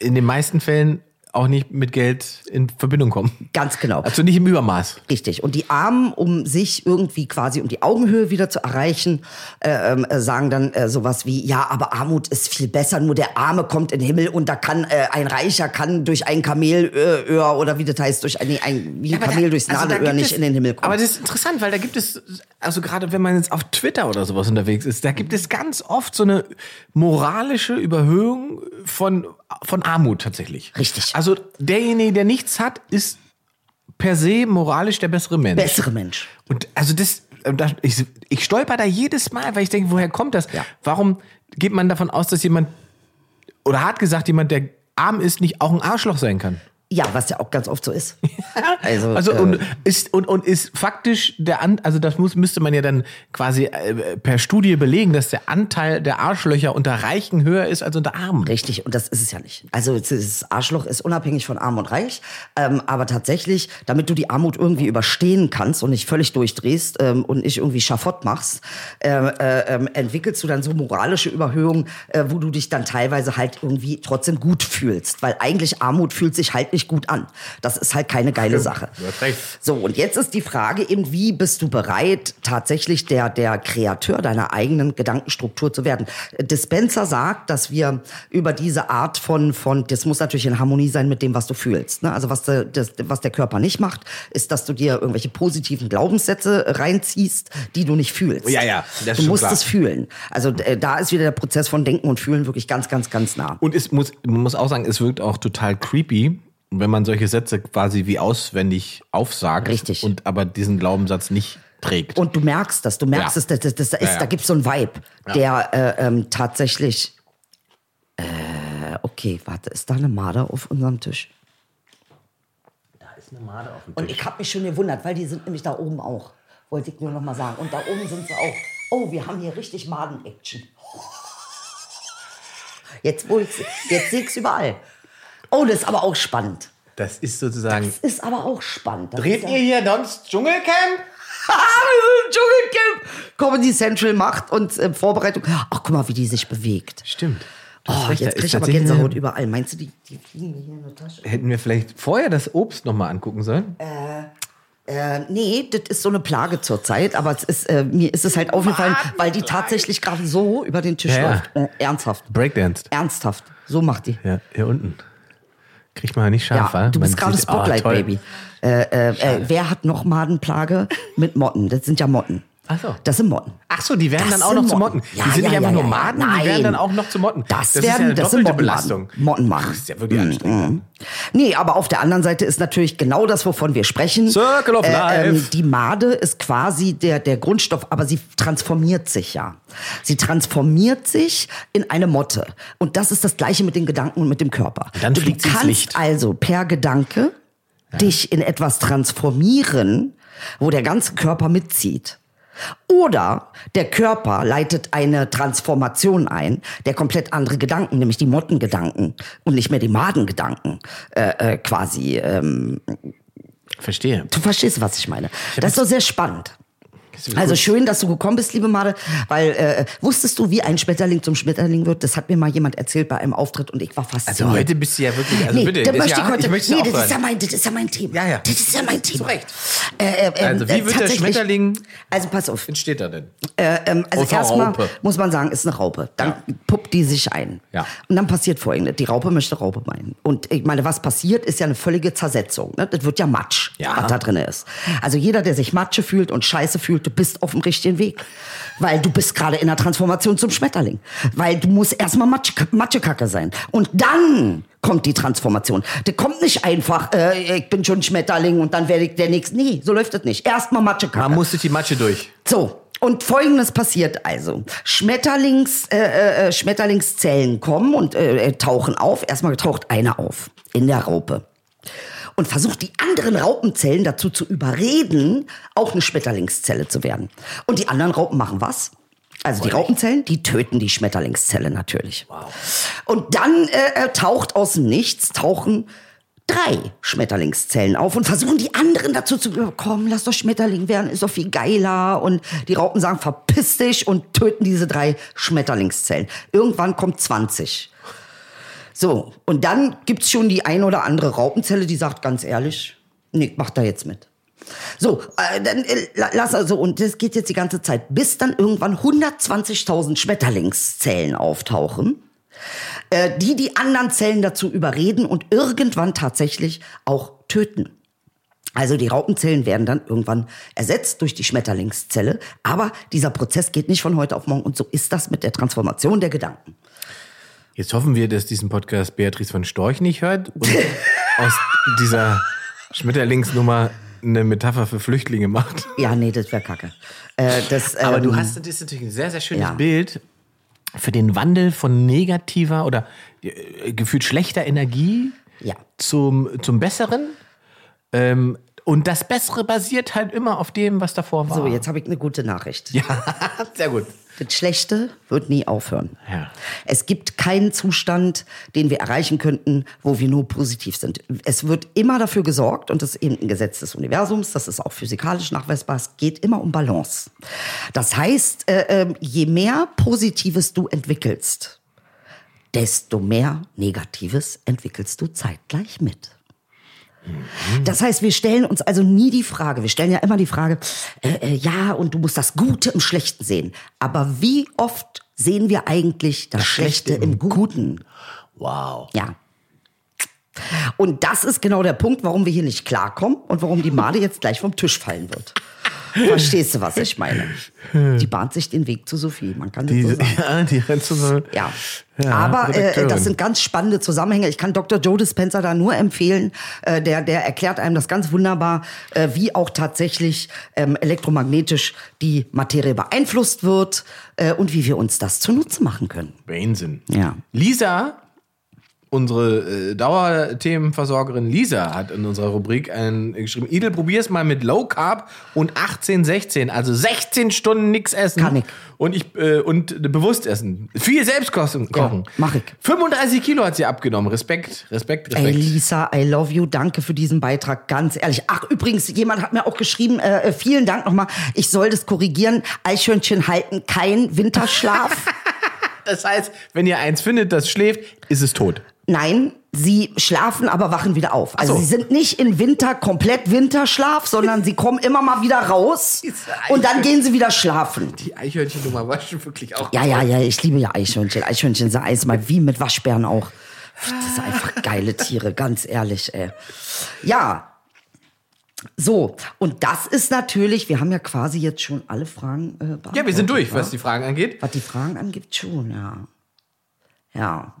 S5: in den meisten Fällen auch nicht mit Geld in Verbindung kommen.
S4: Ganz genau.
S5: Also nicht im Übermaß.
S4: Richtig. Und die Armen, um sich irgendwie quasi um die Augenhöhe wieder zu erreichen, äh, ähm, äh, sagen dann äh, sowas wie, ja, aber Armut ist viel besser, nur der Arme kommt in den Himmel und da kann äh, ein Reicher kann durch ein Kamelöhr oder wie das heißt, durch ein, nee, ein, wie ein Kamel durchs
S5: also
S4: Nadelöhr nicht in den Himmel kommen.
S5: Aber das ist interessant, weil da gibt es, also gerade wenn man jetzt auf Twitter oder sowas unterwegs ist, da gibt es ganz oft so eine moralische Überhöhung von, von Armut tatsächlich.
S4: Richtig.
S5: Also derjenige, der nichts hat, ist per se moralisch der bessere Mensch.
S4: Bessere Mensch.
S5: Und also das, äh, das ich, ich stolper da jedes Mal, weil ich denke, woher kommt das?
S4: Ja.
S5: Warum geht man davon aus, dass jemand, oder hart gesagt, jemand, der arm ist, nicht auch ein Arschloch sein kann?
S4: Ja, was ja auch ganz oft so ist. Also,
S5: Also
S4: äh,
S5: und ist und und ist faktisch der An also das muss müsste man ja dann quasi äh, per Studie belegen, dass der Anteil der Arschlöcher unter Reichen höher ist als unter Armen.
S4: Richtig, und das ist es ja nicht. Also das Arschloch ist unabhängig von Arm und Reich, ähm, aber tatsächlich, damit du die Armut irgendwie überstehen kannst und nicht völlig durchdrehst ähm, und nicht irgendwie Schafott machst, äh, äh, ähm, entwickelst du dann so moralische Überhöhungen, äh, wo du dich dann teilweise halt irgendwie trotzdem gut fühlst, weil eigentlich Armut fühlt sich halt nicht gut an. Das ist halt keine geile Sache.
S5: du hast recht.
S4: So, und jetzt ist die Frage eben, wie bist du bereit, tatsächlich der, der Kreateur deiner eigenen Gedankenstruktur zu werden? Dispenser sagt, dass wir über diese Art von, von, das muss natürlich in Harmonie sein mit dem, was du fühlst. Ne? Also was, der- das, was der Körper nicht macht, ist, dass du dir irgendwelche positiven Glaubenssätze reinziehst, die du nicht fühlst.
S5: Ja, ja, das ist
S4: Du
S5: schon
S4: musst
S5: klar.
S4: es fühlen. Also äh, da ist wieder der Prozess von Denken und Fühlen wirklich ganz, ganz, ganz nah.
S5: Und es muss man muss auch sagen, es wirkt auch total creepy, wenn man solche Sätze quasi wie auswendig aufsagt
S4: Richtig.
S5: und aber diesen Glaubenssatz nicht trägt.
S4: Und du merkst das, du merkst
S5: Ja.
S4: es, das, das, das, da ist,
S5: Ja, ja.
S4: da gibt's so einen Vibe, der äh, ähm, tatsächlich. Äh, okay, warte, ist da eine Marder auf unserem Tisch? Und ich habe mich schon gewundert, weil die sind nämlich da oben auch. Wollte ich nur noch mal sagen. Und da oben sind sie auch. Oh, wir haben hier richtig Maden-Action. Jetzt, wo ich's- jetzt sehe ich es überall. Oh, das ist aber auch spannend.
S5: das ist sozusagen
S4: Das ist aber auch spannend. Das ist
S5: Dreht
S4: ja-
S5: ihr hier sonst Dschungelcamp?
S4: Ah, das ist ein Dschungelcamp. Comedy Central macht und äh, Vorbereitung. Ach, guck mal, wie die sich bewegt.
S5: Stimmt. Du hast
S4: Oh,
S5: recht, da
S4: jetzt krieg
S5: ist
S4: ich aber
S5: tatsächlich-
S4: Gänsehaut überall. Meinst du, die, die fliegen mir hier in der Tasche?
S5: Hätten wir vielleicht vorher das Obst nochmal angucken sollen?
S4: Äh, nee, das ist so eine Plage zurzeit, aber es ist, äh, mir ist es halt aufgefallen, weil die tatsächlich gerade so über den Tisch
S5: Ja, ja.
S4: läuft. Äh, ernsthaft.
S5: Breakdanced.
S4: Ernsthaft. So macht die.
S5: Ja, hier unten. Kriegt man ja nicht
S4: Ja,
S5: scharf, wa?
S4: du
S5: Man
S4: bist gerade
S5: sieht- Ah,
S4: Spotlight,
S5: toll.
S4: Baby. Äh, äh, äh, wer hat noch Madenplage mit Motten? Das sind ja Motten.
S5: Ach so.
S4: Das sind Motten.
S5: Ach so, die werden
S4: Das
S5: dann auch
S4: sind
S5: noch zu
S4: Motten.
S5: Motten.
S4: Ja,
S5: die sind nicht
S4: ja, ja,
S5: einfach nur
S4: ja, ja.
S5: Maden, die
S4: Nein.
S5: werden dann auch noch zu Motten.
S4: Das,
S5: ist ja
S4: werden,
S5: eine
S4: das sind Mm.
S5: doppelte
S4: Motten
S5: Belastung.
S4: machen. Motten machen.
S5: Das ist ja wirklich anstrengend.
S4: Nee, aber auf der anderen Seite ist natürlich genau das, wovon wir sprechen. Äh, ähm,
S5: Circle of life.
S4: die Made ist quasi der, der Grundstoff, aber sie transformiert sich ja. Sie transformiert sich in eine Motte. Und das ist das Gleiche mit den Gedanken und mit dem Körper.
S5: dann
S4: du
S5: fliegt sie ins
S4: kannst
S5: Licht.
S4: also per Gedanke dich in etwas transformieren, wo der ganze Körper mitzieht. Oder der Körper leitet eine Transformation ein, der komplett andere Gedanken, nämlich die Mottengedanken und nicht mehr die Madengedanken äh, äh, quasi. Ähm,
S5: Verstehe.
S4: du verstehst, was ich meine. Das ist doch sehr spannend.
S5: wirklich
S4: Also schön, dass du gekommen bist, liebe Made, weil äh, wusstest du, wie ein Schmetterling zum Schmetterling wird? Das hat mir mal jemand erzählt bei einem Auftritt und ich war fasziniert.
S5: Also heute bist du ja wirklich, also
S4: Nee,
S5: bitte,
S4: das
S5: ist
S4: möchte
S5: ja,
S4: ich heute.
S5: ich möchte
S4: nee,
S5: auch
S4: das ist, ja
S5: hören.
S4: mein, das ist ja mein Thema.
S5: Ja, ja.
S4: Das ist ja mein Thema.
S5: Zu Recht.
S4: Äh, äh, ähm,
S5: Also, wie
S4: äh,
S5: wird der
S4: tatsächlich-
S5: Schmetterling-
S4: Also pass auf.
S5: Entsteht da denn?
S4: Ähm, also
S5: Aus einer
S4: erstmal
S5: Raupe.
S4: muss man sagen, ist eine Raupe. Dann
S5: Ja.
S4: puppt die sich ein.
S5: Ja.
S4: Und dann passiert folgendes. Die Raupe möchte Raupe meinen. Und ich meine, was passiert, ist ja eine völlige Zersetzung. Ne? Das wird ja Matsch,
S5: Ja.
S4: was da drin ist. Also jeder, der sich Matsche fühlt und Scheiße fühlt, du bist auf dem richtigen Weg. Weil du bist gerade in der Transformation zum Schmetterling. Weil du musst erstmal Matsch, Matschekacke sein. Und dann kommt die Transformation. Das kommt nicht einfach, äh, ich bin schon ein Schmetterling und dann werde ich der Nächste. Nee, so läuft das nicht. Erstmal Matschekacke.
S5: Man muss durch die Matsche durch.
S4: So. Und folgendes passiert also. Schmetterlings, äh, äh, Schmetterlingszellen kommen und äh, äh, tauchen auf. Erstmal taucht eine auf in der Raupe. Und versucht die anderen Raupenzellen dazu zu überreden, auch eine Schmetterlingszelle zu werden. Und die anderen Raupen machen was? Also die Raupenzellen, die töten die Schmetterlingszelle natürlich. Und dann äh, äh, taucht aus dem Nichts, tauchen drei Schmetterlingszellen auf und versuchen die anderen dazu zu bekommen, lass doch Schmetterling werden, ist doch viel geiler. Und die Raupen sagen, verpiss dich und töten diese drei Schmetterlingszellen. Irgendwann kommt 20. So, und dann gibt's schon die ein oder andere Raupenzelle, die sagt ganz ehrlich, nee, ich mach da jetzt mit. So, äh, dann äh, la- lass also, und das geht jetzt die ganze Zeit, bis dann irgendwann 120.000 Schmetterlingszellen auftauchen, äh, die die anderen Zellen dazu überreden und irgendwann tatsächlich auch töten. Also die Raupenzellen werden dann irgendwann ersetzt durch die Schmetterlingszelle, aber dieser Prozess geht nicht von heute auf morgen und so ist das mit der Transformation der Gedanken.
S5: Jetzt hoffen wir, dass diesen Podcast Beatrice von Storch nicht hört und aus dieser Schmetterlingsnummer eine Metapher für Flüchtlinge macht.
S4: Ja, nee, das wäre kacke. Äh, das,
S5: Aber
S4: ähm,
S5: du hast das ist natürlich ein sehr, sehr schönes
S4: ja.
S5: Bild für den Wandel von negativer oder äh, gefühlt schlechter Energie
S4: Ja.
S5: zum, zum Besseren. Ähm, und das Bessere basiert halt immer auf dem, was davor war.
S4: So, jetzt habe ich eine gute Nachricht.
S5: Ja, sehr gut.
S4: Das Schlechte wird nie aufhören.
S5: Ja.
S4: Es gibt keinen Zustand, den wir erreichen könnten, wo wir nur positiv sind. Es wird immer dafür gesorgt, und das ist eben ein Gesetz des Universums, das ist auch physikalisch nachweisbar, es geht immer um Balance. Das heißt, äh, ähm, je mehr Positives du entwickelst, desto mehr Negatives entwickelst du zeitgleich mit. Das heißt, wir stellen uns also nie die Frage, wir stellen ja immer die Frage, äh, äh, ja, und du musst das Gute im Schlechten sehen. Aber wie oft sehen wir eigentlich das, Schlechte im Guten?
S5: Wow.
S4: Ja. Und das ist genau der Punkt, warum wir hier nicht klarkommen und warum die Made jetzt gleich vom Tisch fallen wird. Verstehst du, was ich meine? Die bahnt sich den Weg zu Sophie, man kann das so
S5: Die,
S4: sagen.
S5: ja, die rennt so- so.
S4: Ja.
S5: Ja,
S4: Aber äh,
S5: Redakteurin.
S4: das sind ganz spannende Zusammenhänge. Ich kann Dr. Joe Dispenza da nur empfehlen. Äh, der, der erklärt einem das ganz wunderbar, äh, wie auch tatsächlich ähm, elektromagnetisch die Materie beeinflusst wird äh, und wie wir uns das zunutze machen können.
S5: Wahnsinn.
S4: Ja.
S5: Lisa, unsere äh, Dauerthemenversorgerin Lisa, hat in unserer Rubrik ein, geschrieben: Idel, probier's mal mit Low Carb und 18, 16. Also 16 Stunden nichts essen.
S4: Kann ich.
S5: Und, ich, äh, und bewusst essen. Viel selbst kochen. kochen.
S4: mach ich.
S5: 35 Kilo hat sie abgenommen. Respekt, Respekt,
S4: Ey,
S5: Respekt.
S4: Lisa, I love you. Danke für diesen Beitrag. Ganz ehrlich. Ach, übrigens, jemand hat mir auch geschrieben, äh, äh, vielen Dank nochmal. Ich soll das korrigieren. Eichhörnchen halten kein Winterschlaf.
S5: das heißt, wenn ihr eins findet, das schläft, ist es tot.
S4: Nein, Sie schlafen, aber wachen wieder auf. Also
S5: Ach so.
S4: sie sind nicht in Winter komplett Winterschlaf, sondern sie kommen immer mal wieder raus
S5: Diese
S4: und dann
S5: Eichel.
S4: gehen sie wieder schlafen.
S5: Die Eichhörnchen-Nummer war schon wirklich auch.
S4: Ja, ja, ja, ich liebe ja Eichhörnchen. Eichhörnchen sind Eis mal wie mit Waschbären auch. Das sind einfach geile Tiere, ganz ehrlich, ey. Ja. So, und das ist natürlich, wir haben ja quasi jetzt schon alle Fragen äh, beantwortet.
S5: Ja, wir sind durch,
S4: wa?
S5: was die Fragen angeht.
S4: Was die Fragen angibt, schon, ja. Ja.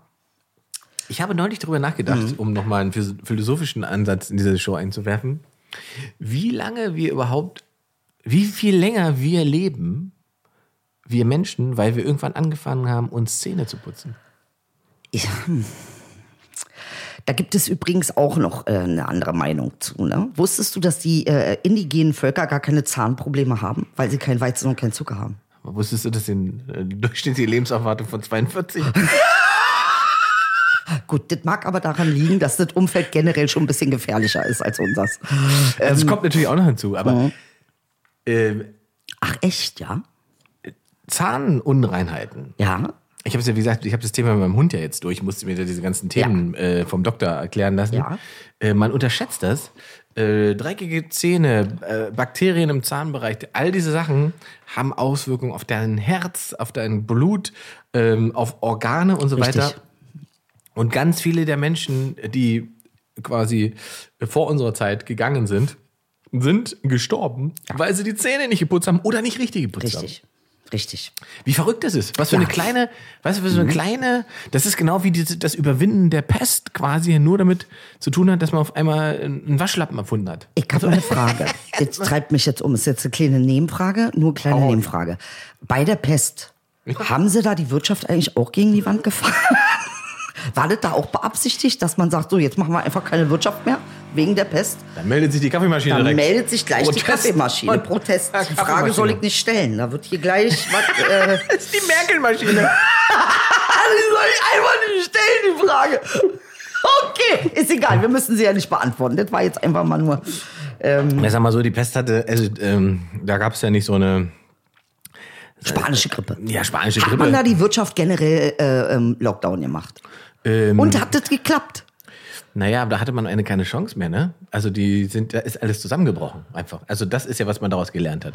S5: Ich habe neulich darüber nachgedacht, um nochmal einen phys- philosophischen Ansatz in diese Show einzuwerfen. Wie lange wir überhaupt, wie viel länger wir leben, wir Menschen, weil wir irgendwann angefangen haben, uns Zähne zu putzen.
S4: Ich, hm. da gibt es übrigens auch noch äh, eine andere Meinung zu. Ne? Wusstest du, dass die äh, indigenen Völker gar keine Zahnprobleme haben, weil sie kein Weizen und kein Zucker haben?
S5: Aber Wusstest du, dass die äh, durchschnittliche Lebenserwartung von 42
S4: Gut, das mag aber daran liegen, dass das Umfeld generell schon ein bisschen gefährlicher ist als unseres.
S5: Das kommt natürlich auch noch hinzu, aber ähm,
S4: Ach echt, ja?
S5: Zahnunreinheiten.
S4: Ja.
S5: Ich habe es ja, wie gesagt, ich habe das Thema mit meinem Hund ja jetzt durch, musste mir da diese ganzen Themen äh, vom Doktor erklären lassen.
S4: Ja.
S5: Äh, man unterschätzt das. Äh, dreckige Zähne, äh, Bakterien im Zahnbereich, all diese Sachen haben Auswirkungen auf dein Herz, auf dein Blut, ähm, auf Organe und so
S4: Richtig.
S5: weiter. Und ganz viele der Menschen, die quasi vor unserer Zeit gegangen sind, sind gestorben, weil sie die Zähne nicht geputzt haben oder nicht richtig geputzt haben.
S4: Richtig. Richtig.
S5: Wie verrückt das ist. Was für eine kleine, weißt du, was für eine kleine, das ist genau wie diese, das Überwinden der Pest quasi nur damit zu tun hat, dass man auf einmal einen Waschlappen erfunden hat.
S4: Ich habe eine Frage. Das treibt mich jetzt um. Ist jetzt eine kleine Nebenfrage, nur eine kleine Nebenfrage. Bei der Pest, haben sie da die Wirtschaft eigentlich auch gegen die Wand gefahren? War das da auch beabsichtigt, dass man sagt, so jetzt machen wir einfach keine Wirtschaft mehr wegen der Pest?
S5: Dann meldet sich die Kaffeemaschine
S4: Dann
S5: direkt.
S4: meldet sich gleich die Kaffeemaschine.
S5: Und-
S4: Protest.
S5: Ja,
S4: Die Frage soll ich nicht stellen. Da wird hier gleich was. Äh,
S5: Das ist die Merkel-Maschine.
S4: Die soll ich einfach nicht stellen, die Frage. Okay, ist egal, wir müssen sie ja nicht beantworten. Das war jetzt einfach mal nur.
S5: Ja, sag mal so, die Pest hatte, also ähm, da gab es ja nicht so eine,
S4: Spanische Grippe.
S5: ja, spanische
S4: Hat man da
S5: Grippe.
S4: die Wirtschaft generell äh, ähm, Lockdown gemacht?
S5: Ähm.
S4: Und hat das geklappt?
S5: Naja, aber da hatte man eine keine Chance mehr, ne? Also die sind, da ist alles zusammengebrochen einfach. Also das ist ja, was man daraus gelernt hat.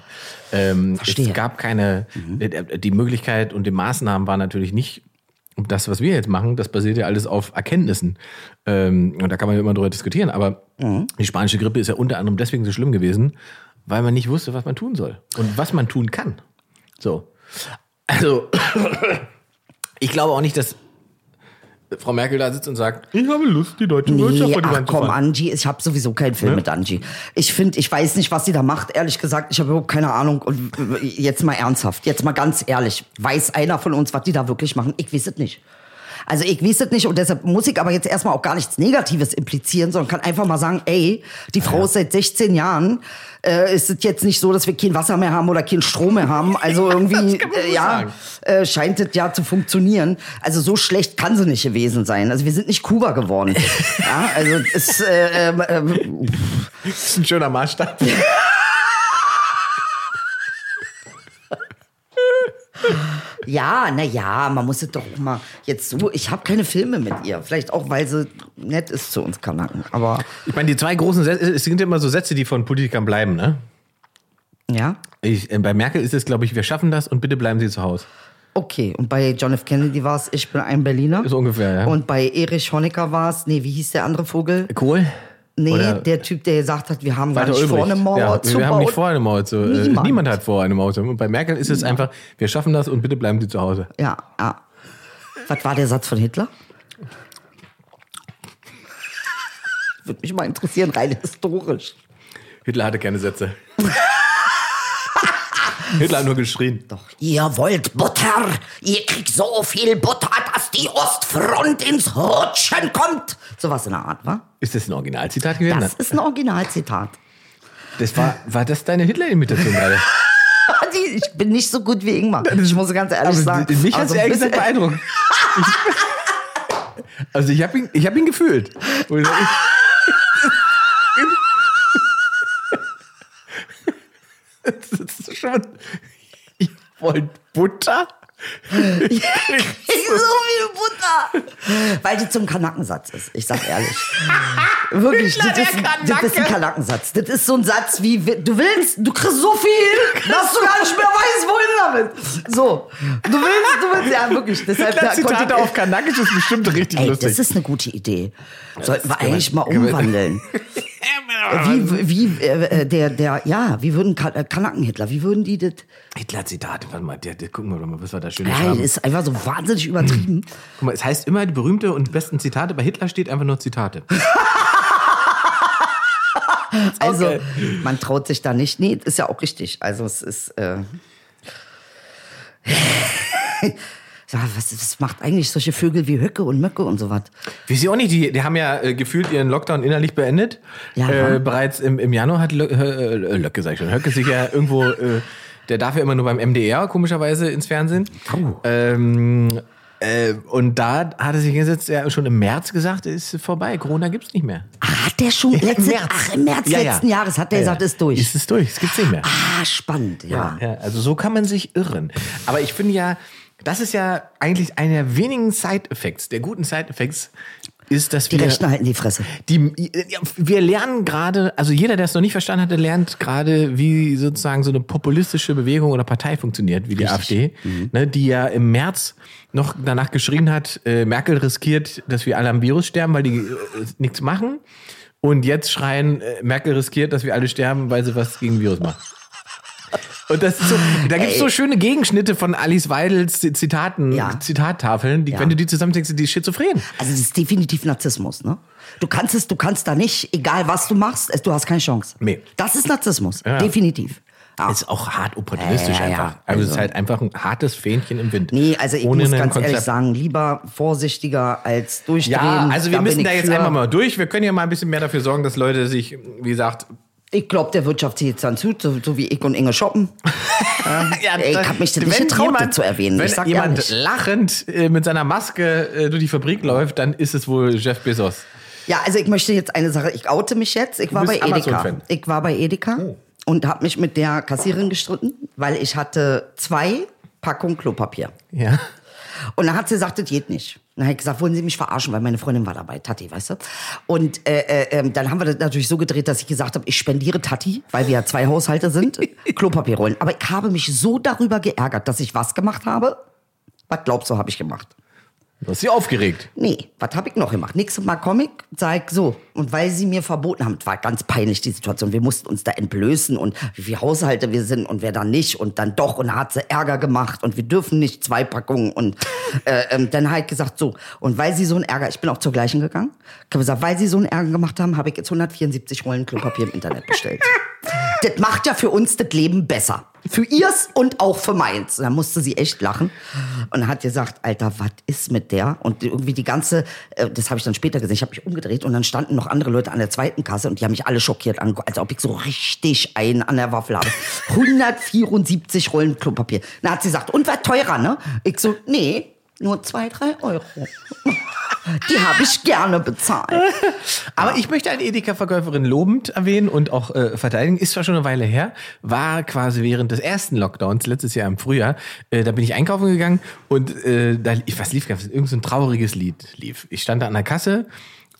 S5: Ähm,
S4: Verstehe.
S5: Es gab keine, äh, die Möglichkeit und die Maßnahmen waren natürlich nicht das, was wir jetzt machen, das basiert ja alles auf Erkenntnissen. Ähm, und da kann man ja immer drüber diskutieren. Aber die spanische Grippe ist ja unter anderem deswegen so schlimm gewesen, weil man nicht wusste, was man tun soll und was man tun kann. So. Also, ich glaube auch nicht, dass Frau Merkel da sitzt und sagt, ich habe Lust, die deutsche Wirtschaft
S4: Nee,
S5: vor die Ne?
S4: ach
S5: Wand zu
S4: komm,
S5: fahren.
S4: Angie, ich habe sowieso keinen Film mit Angie. Ich finde, ich weiß nicht, was sie da macht, ehrlich gesagt. Ich habe überhaupt keine Ahnung. Und äh, jetzt mal ernsthaft, jetzt mal ganz ehrlich. Weiß einer von uns, was die da wirklich machen? Ich weiß es nicht. Also ich weiß es nicht und deshalb muss ich aber jetzt erstmal auch gar nichts Negatives implizieren, sondern kann einfach mal sagen, ey,
S5: Ah,
S4: die Frau ist seit 16 Jahren, äh, ist es jetzt nicht so, dass wir kein Wasser mehr haben oder keinen Strom mehr haben. Also irgendwie,
S5: kann man
S4: äh,
S5: so
S4: ja,
S5: sagen.
S4: äh, scheint es ja zu funktionieren. Also so schlecht kann sie nicht gewesen sein. Also wir sind nicht Kuba geworden. ja, also es ist, äh, ähm, ähm,
S5: Das ist ein schöner Maßstab.
S4: ja, na ja, man muss es doch auch mal jetzt so. Ich habe keine Filme mit ihr. Vielleicht auch, weil sie nett ist zu uns Kanaken. Aber
S5: Ich meine, die zwei großen Sätze, es sind ja immer so Sätze, die von Politikern bleiben, ne?
S4: ja,
S5: Ich, äh, bei Merkel ist es, glaube ich, wir schaffen das und bitte bleiben Sie zu Hause.
S4: okay. Und bei John F. Kennedy war es, ich bin ein Berliner.
S5: So ungefähr, ja.
S4: Und bei Erich Honecker war es, nee, wie hieß der andere Vogel?
S5: Kohl?
S4: Nee,
S5: Oder
S4: der Typ, der gesagt hat, wir haben gar
S5: Walter
S4: nicht vor,
S5: Ulbricht.
S4: eine Mauer
S5: ja,
S4: zu
S5: Wir haben
S4: bauen.
S5: nicht vor, eine Mauer zu äh,
S4: Niemand.
S5: niemand. hat vor, eine Mauer zu Und bei Merkel ist es einfach, wir schaffen das und bitte bleiben Sie zu Hause.
S4: Ja, ja. Was war der Satz von Hitler? Würde mich mal interessieren, rein historisch.
S5: Hitler hatte keine Sätze. Hitler hat nur geschrien.
S4: Doch. Ihr wollt Butter. Ihr kriegt so viel Butter, dass die Ostfront ins Rutschen kommt. Sowas in der Art, wa?
S5: Ist das ein Originalzitat gewesen?
S4: Das ist ein Originalzitat.
S5: Das war, war das deine Hitler-Imitation gerade?
S4: Die- Ich bin nicht so gut wie Ingmar. Ich muss ganz ehrlich
S5: Aber
S4: sagen.
S5: Also Mich hat
S4: Also
S5: es
S4: ein
S5: ehrlich gesagt
S4: bisschen-
S5: beeindruckt. Ich- also ich habe ihn, ich hab ihn gefühlt. Und ich- Das ist schon. Ich wollte Butter.
S4: Ich krieg so viel Butter. Weil die zum Kanackensatz ist. Ich sag ehrlich. Wirklich, das ist, ein- das ist ein Kanackensatz. Das ist so ein Satz wie, du willst, du kriegst so viel, dass du gar nicht mehr weißt, wohin damit. So. Du willst, du willst, ja wirklich. Deshalb, da konnte ich-
S5: Zitate auf Kanakisch ist bestimmt richtig
S4: Ey,
S5: lustig.
S4: das ist eine gute Idee. Sollten wir eigentlich mal umwandeln. wie wie äh, äh, der, der, ja, wie würden Ka- äh, Kanaken-Hitler, wie würden die das?
S5: Hitler-Zitate, warte mal, der, der, gucken wir doch mal, was wir da schönes
S4: Ja, das
S5: haben.
S4: ist einfach so wahnsinnig übertrieben.
S5: Guck mal, es heißt immer, die berühmte und besten Zitate, bei Hitler steht einfach nur Zitate.
S4: Also,
S5: Okay.
S4: man traut sich da nicht. Nee, ist ja auch richtig. Also, es ist. Äh ja, was, was macht eigentlich solche Vögel wie Höcke und Möcke und sowas?
S5: Weiß ich auch nicht, die, die haben ja äh, gefühlt ihren Lockdown innerlich beendet.
S4: Ja.
S5: Äh, bereits im, im Januar hat Lö äh, Löcke, sag ich schon, Höcke sich ja irgendwo, äh, der darf ja immer nur beim MDR komischerweise ins Fernsehen. Ähm, äh, und da hat er sich hingesetzt, ja, schon im März gesagt, ist vorbei, Corona gibt's nicht mehr.
S4: Ach, Ah, hat der schon letzten, Ach, im März
S5: Ja, ja.
S4: letzten Jahres hat der
S5: Ja, ja.
S4: gesagt, ist durch.
S5: Ist es durch, es gibt's nicht mehr.
S4: ah, spannend, ja.
S5: Ja, also so kann man sich irren. Aber ich finde ja, das ist ja eigentlich einer der wenigen Side-Effects, der guten Side-Effects, ist, dass
S4: Die
S5: wir...
S4: Rechten halten die Fresse.
S5: Die, ja, wir lernen gerade, also jeder, der es noch nicht verstanden hat, der lernt gerade, wie sozusagen so eine populistische Bewegung oder Partei funktioniert, wie die AfD,
S4: Mhm.
S5: ne, die ja im März noch danach geschrien hat, äh, Merkel riskiert, dass wir alle am Virus sterben, weil die äh, nichts machen. Und jetzt schreien, äh, Merkel riskiert, dass wir alle sterben, weil sie was gegen Virus macht. Und das ist so, da gibt es so schöne Gegenschnitte von Alice Weidels Z- Zitaten,
S4: Ja.
S5: Zitattafeln, die,
S4: Ja.
S5: wenn du die zusammendenkst, die ist schizophren.
S4: Also, das ist definitiv Narzissmus, ne? Du kannst es, du kannst da nicht, egal was du machst, es, du hast keine Chance.
S5: Nee.
S4: Das ist Narzissmus,
S5: Ja.
S4: definitiv. Ja.
S5: Ist auch hart opportunistisch
S4: Ja, ja, ja.
S5: einfach. Also, es ist
S4: Also-
S5: halt einfach ein hartes Fähnchen im Wind.
S4: Nee, also ich
S5: Ohne
S4: muss
S5: ein
S4: ganz ehrlich
S5: Konzept.
S4: sagen, lieber vorsichtiger als durchdrehen.
S5: Ja, also wir
S4: bin
S5: müssen
S4: ich
S5: da jetzt
S4: für.
S5: einmal mal durch. Wir können ja mal ein bisschen mehr dafür sorgen, dass Leute sich, wie gesagt,
S4: Ich glaube, der Wirtschaft zieht es dann zu, so, so wie ich und Inge shoppen.
S5: ja,
S4: Ey, ich
S5: das-
S4: hab mich das nicht getraut, das zu erwähnen.
S5: Wenn
S4: Ich sag
S5: jemand
S4: ehrlich.
S5: lachend äh, mit seiner Maske äh, durch die Fabrik läuft, dann ist es wohl Jeff Bezos.
S4: Ja, also ich möchte jetzt eine Sache, ich oute mich jetzt. Ich war
S5: bist
S4: bei Edeka.
S5: Amazon-Fan. Oh.
S4: Ich war bei Edeka und habe mich mit der Kassiererin gestritten, weil ich hatte zwei Packungen Klopapier.
S5: Ja.
S4: Und dann hat sie gesagt, das geht nicht. Dann habe ich gesagt, wollen Sie mich verarschen, weil meine Freundin war dabei, Tati, weißt du? Und äh, äh, ähm, dann haben wir das natürlich so gedreht, dass ich gesagt habe, ich spendiere Tati, weil wir ja zwei Haushalte sind, Klopapierrollen. Aber ich habe mich so darüber geärgert, dass ich was gemacht habe. Was glaubst du, habe ich gemacht?
S5: Du hast sie aufgeregt.
S4: Nee, was habe ich noch gemacht? Nächstes Mal Comic, sag so. Und weil sie mir verboten haben, war ganz peinlich die Situation. Wir mussten uns da entblößen und wie viele Haushalte wir sind und wer da nicht und dann doch und hat sie Ärger gemacht und wir dürfen nicht zwei Packungen und äh, ähm, dann halt gesagt so. Und weil sie so einen Ärger, ich bin auch zur gleichen gegangen, ich habe gesagt, weil sie so einen Ärger gemacht haben, habe ich jetzt 174 Rollen Klopapier im Internet bestellt. das macht ja für uns das Leben besser. Für ihrs und auch für meins. Und dann musste sie echt lachen und hat gesagt, Alter, was ist mit der? Und irgendwie die ganze, äh, das habe ich dann später gesehen, ich habe mich umgedreht und dann standen noch andere Leute an der zweiten Kasse und die haben mich alle schockiert angeguckt, als ob ich so richtig einen an der Waffel habe. 174 Rollen Klopapier. Dann hat sie gesagt, und war teurer, ne? Ich so, nee, nur zwei, drei Euro. Die habe ich gerne bezahlt.
S5: Aber ich möchte eine Edeka-Verkäuferin lobend erwähnen und auch äh, verteidigen. Ist zwar schon eine Weile her, war quasi während des ersten Lockdowns, letztes Jahr im Frühjahr, äh, da bin ich einkaufen gegangen und äh, da, ich, was lief, irgend so ein trauriges Lied lief. Ich stand da an der Kasse